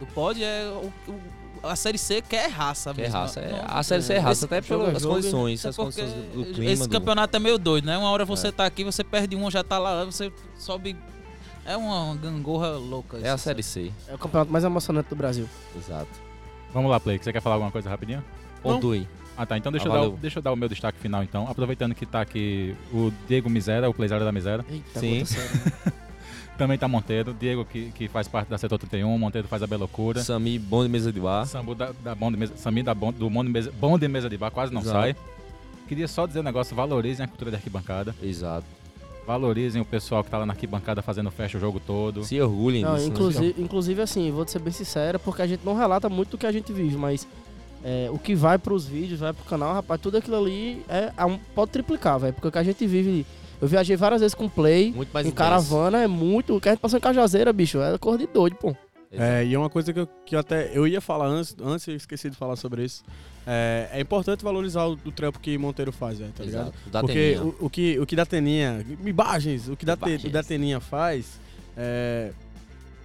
do pod, é, o- o- a Série C quer raça Que é mesmo. raça. É, Não- a série C é raça, até jogo é pelas jogo, condições, Até as condições porque do do clima. Esse do- É. campeonato é meio doido, né? Uma hora você tá aqui, você perde um, já tá lá, você sobe. É uma gangorra louca. É a série C. É o campeonato mais emocionante do Brasil. Exato. Vamos lá, Play, que você quer falar alguma coisa rapidinho? Pontui. Ah tá, então deixa, Ah, eu, dar, valeu. o- deixa eu dar o meu destaque final então. Aproveitando que tá aqui o Diego Misera, o Playzada da Misera. Eita, Sim. bota sério, né? Também tá Monteiro, Diego que, que faz parte da Setor 31, Monteiro faz a Belocura. Sami, bom de mesa de bar. Sambu da, da bom de mesa, Sami da bom, do bom de mesa, bom de mesa de bar, quase não Exato. sai. Queria só dizer um negócio, valorizem a cultura da arquibancada. Exato. Valorizem o pessoal que tá lá na arquibancada fazendo festa o jogo todo. Se orgulhem né? Não, inclusive, inclusive, assim, vou te ser bem sincero, porque a gente não relata muito do que a gente vive, mas é, o que vai pros vídeos, vai pro canal, rapaz, tudo aquilo ali é, é um- pode triplicar, velho, porque o que a gente vive. Eu viajei várias vezes com Play, Muito mais em intenso. caravana, é muito. O que a gente passou em Cajazeira, bicho, é cor de doido, pô. É, e é uma coisa que eu, que eu até eu ia falar antes, antes eu esqueci de falar sobre isso. É, é importante valorizar o, o trampo que Monteiro faz, velho, tá Exato. ligado? Da Porque Teninha. o, o que o que da Teninha, imagens, o que da, te, o da Teninha faz é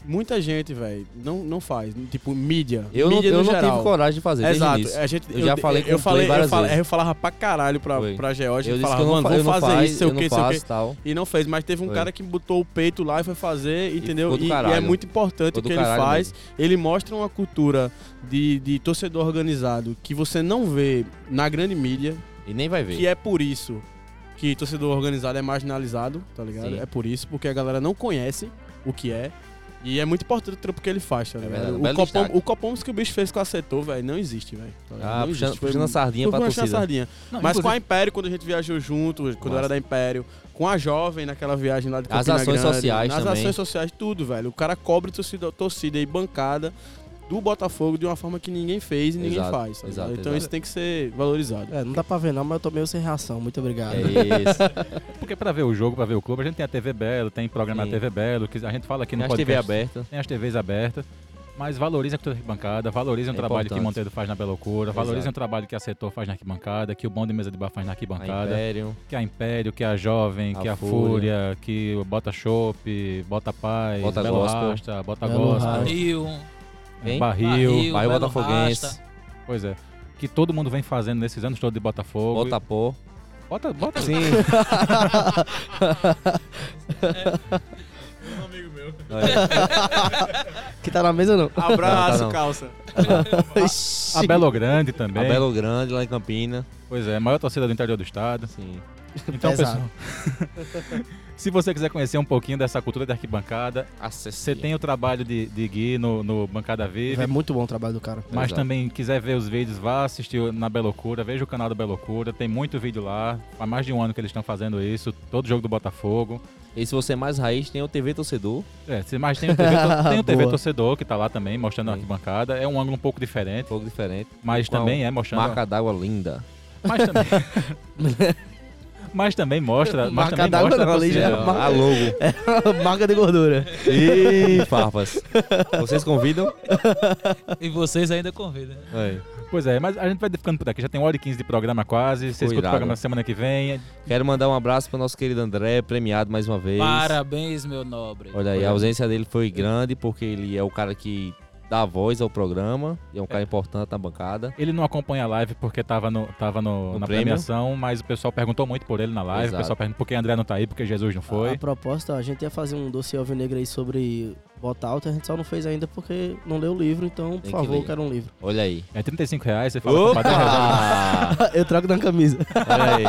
muita gente, velho, não não faz, tipo mídia. Eu não- mídia eu no não tive geral. coragem de fazer, desde o Exato. início. A gente Eu já falei com eu o Play falei, eu várias fala- vezes. eu falava pra caralho pra Foi. pra George, Eu disse falava, que eu não mano, fa- eu vou não fazer faz, isso, sei eu o não que, sei o faço, que. tal. E não fez, mas teve um Foi. cara que botou o peito lá e foi fazer, entendeu? ficou do E, e é caralho. muito importante Ficou o do que ele caralho faz. Ele mostra uma cultura de, de torcedor organizado que você não vê na grande mídia. E nem vai ver. Que é por isso que torcedor organizado é marginalizado, tá ligado? Sim. É por isso, porque a galera não conhece o que é. E é muito importante o trampo que ele faz, tá É verdade, um ligado? belo o, Copom, destaque. o Copomos que o bicho fez com a Setor, velho, não existe, velho. tá ligado? Ah, Não puxando- existe. Foi puxando a sardinha foi pra puxando a torcida. sardinha. Não, Mas com inclusive- a Império, quando a gente viajou junto, quando eu Massa. era da Império, com a Jovem naquela viagem lá de As Campina ações Grande, sociais nas também. ações sociais, tudo, velho. O cara cobre torcida, torcida e bancada do Botafogo de uma forma que ninguém fez e ninguém Exato, faz. tá ligado? exato, então exato. isso tem que ser valorizado. É, não dá pra ver não, mas eu tô meio sem reação, muito obrigado. É Porque pra ver o jogo, pra ver o clube, a gente tem a TV Belo, tem programa Sim. da TV Belo, que a gente fala aqui no Tem as podcast. TV aberta. Tem as TVs abertas. Mas valoriza a cultura da arquibancada, valoriza o É trabalho que importante. Monteiro faz na Bela Loucura, valoriza Exato. o trabalho que a Setor faz na arquibancada, que o Bom de Mesa de Bar faz na arquibancada. A Império. Que a Império, que a Jovem, A que a Fúria, Fúria. que o Bota Chopp, Bota Paz, Bota Belo Gospel. Rasta, Bota Belo Gospel, Rasta. Rio. Barril, Hein? Barril, Barril, Barril Belo Botafoguense. Rasta. Pois é. Que todo mundo vem fazendo nesses anos todos de Botafogo. Bota pó. Bota, bota. Sim. Um amigo meu. que tá na mesa não. Abraço, Não, tá não. calça. A Belo Grande também. A Belo Grande, lá em Campina. Pois é, a maior torcida do interior do estado. Sim. Então, Pesado. pessoal, se você quiser conhecer um pouquinho dessa cultura da arquibancada, você tem o trabalho de, de Gui no, no Bancada Vive. É muito bom o trabalho do cara. Mas Exato. também quiser ver os vídeos, vá assistir o- na Belocura, veja o canal da Belocura, tem muito vídeo lá. Há mais de um ano que eles estão fazendo isso, todo jogo do Botafogo. E se você é mais raiz, tem o TV Torcedor. É, se- mas tem o TV, to- tem o TV Boa. Torcedor que tá lá também, mostrando a Sim. arquibancada. É um ângulo um pouco diferente, Fogo diferente. mas Com a também é mostrando. Marca d'água linda. Mas também. mas também mostra. Mas Marca também d'água mostra a não, ali torcida. já- A Ah, logo. Marca de gordura. Ih, farpas. Vocês convidam? E vocês ainda convidam. Aí. Pois é, mas a gente vai ficando por aqui. Já tem 1 hora e 15 de programa quase. Você Foi escuta o irado. programa semana que vem. Quero mandar um abraço para nosso querido André, premiado mais uma vez. Parabéns, meu nobre. Olha aí, a ausência dele foi grande porque ele é o cara que dá voz ao programa e é um cara importante na bancada. Ele não acompanha a live porque tava, no, tava no, No na prêmio. premiação, mas o pessoal perguntou muito por ele na live. Exato. O pessoal perguntou por que André não tá aí, porque Jesus não A, foi. a proposta, a gente ia fazer um dossiê alvinegro aí sobre bota alta, a gente só não fez ainda porque não leu o livro, então, por Tem que favor, eu ler. quero um livro. Olha aí. É 35 reais, você fala com o Badé Rezende. Opa! eu troco na camisa. Olha aí.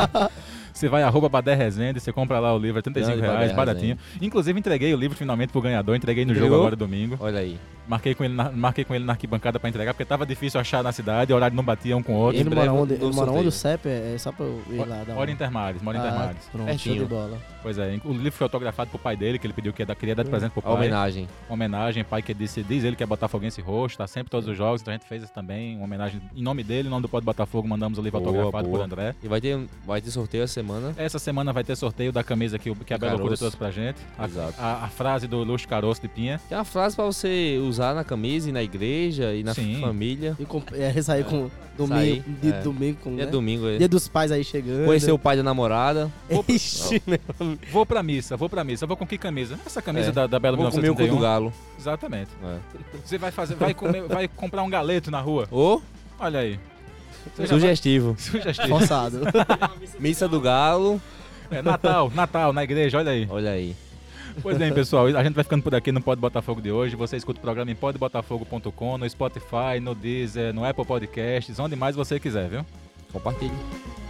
Você vai arroba Badé Rezende, você compra lá o livro, é 35 Grande reais, Badé baratinho. Inclusive, entreguei o livro finalmente pro ganhador, entreguei no jogo Entregou? agora domingo. Olha aí. Marquei com, ele na, marquei com ele na arquibancada pra entregar, porque tava difícil achar na cidade, o horário não batia um com o outro. Ele breve mora onde? eu dou Ele mora onde sorteio. o CEP? É é só pra eu ir lá dar Mora em uma- Intermares, mora em Ah, Intermares. pronto, show Pertinho. de bola. Pois é, o livro foi autografado pro pai dele, que ele pediu que ia dar, queria Hum, dar de presente pro A pai. homenagem. Uma homenagem, pai que disse, diz ele que é botafoguense roxo, tá sempre em todos os jogos, então a gente fez isso também, uma homenagem em nome dele, em nome do Pode Botafogo, mandamos o livro Boa, autografado boa. por André. E vai ter, vai ter sorteio essa semana. Essa semana vai ter sorteio da camisa que, o- que a Do Bela Loucura Caroço. trouxe pra gente. A, Exato. a- a frase do Luxo Caroço de Pinha. Tem uma frase pra você usar na camisa e na igreja e na Sim. família. E com, é, sair com domingo, Sair, de é. domingo com, E é né? domingo aí. Dia dos pais aí chegando. Conhecer o pai da namorada. Ixi, meu. Vou pra missa, vou pra missa, vou com que camisa? Essa camisa É. da, da Bela Vou comer o cu do 1931. galo. Exatamente. É. Você vai fazer, vai comer, vai comprar um galeto na rua. Ou Olha aí. Você já vai- sugestivo. Sugestivo. Forçado. Missa do galo. É, Natal, Natal, na igreja, olha aí. Olha aí. Pois bem, pessoal, a gente vai ficando por aqui no Pode Botafogo de hoje. Você escuta o programa em podbotafogo.com, no Spotify, no Deezer, no Apple Podcasts, onde mais você quiser, viu? Compartilhe.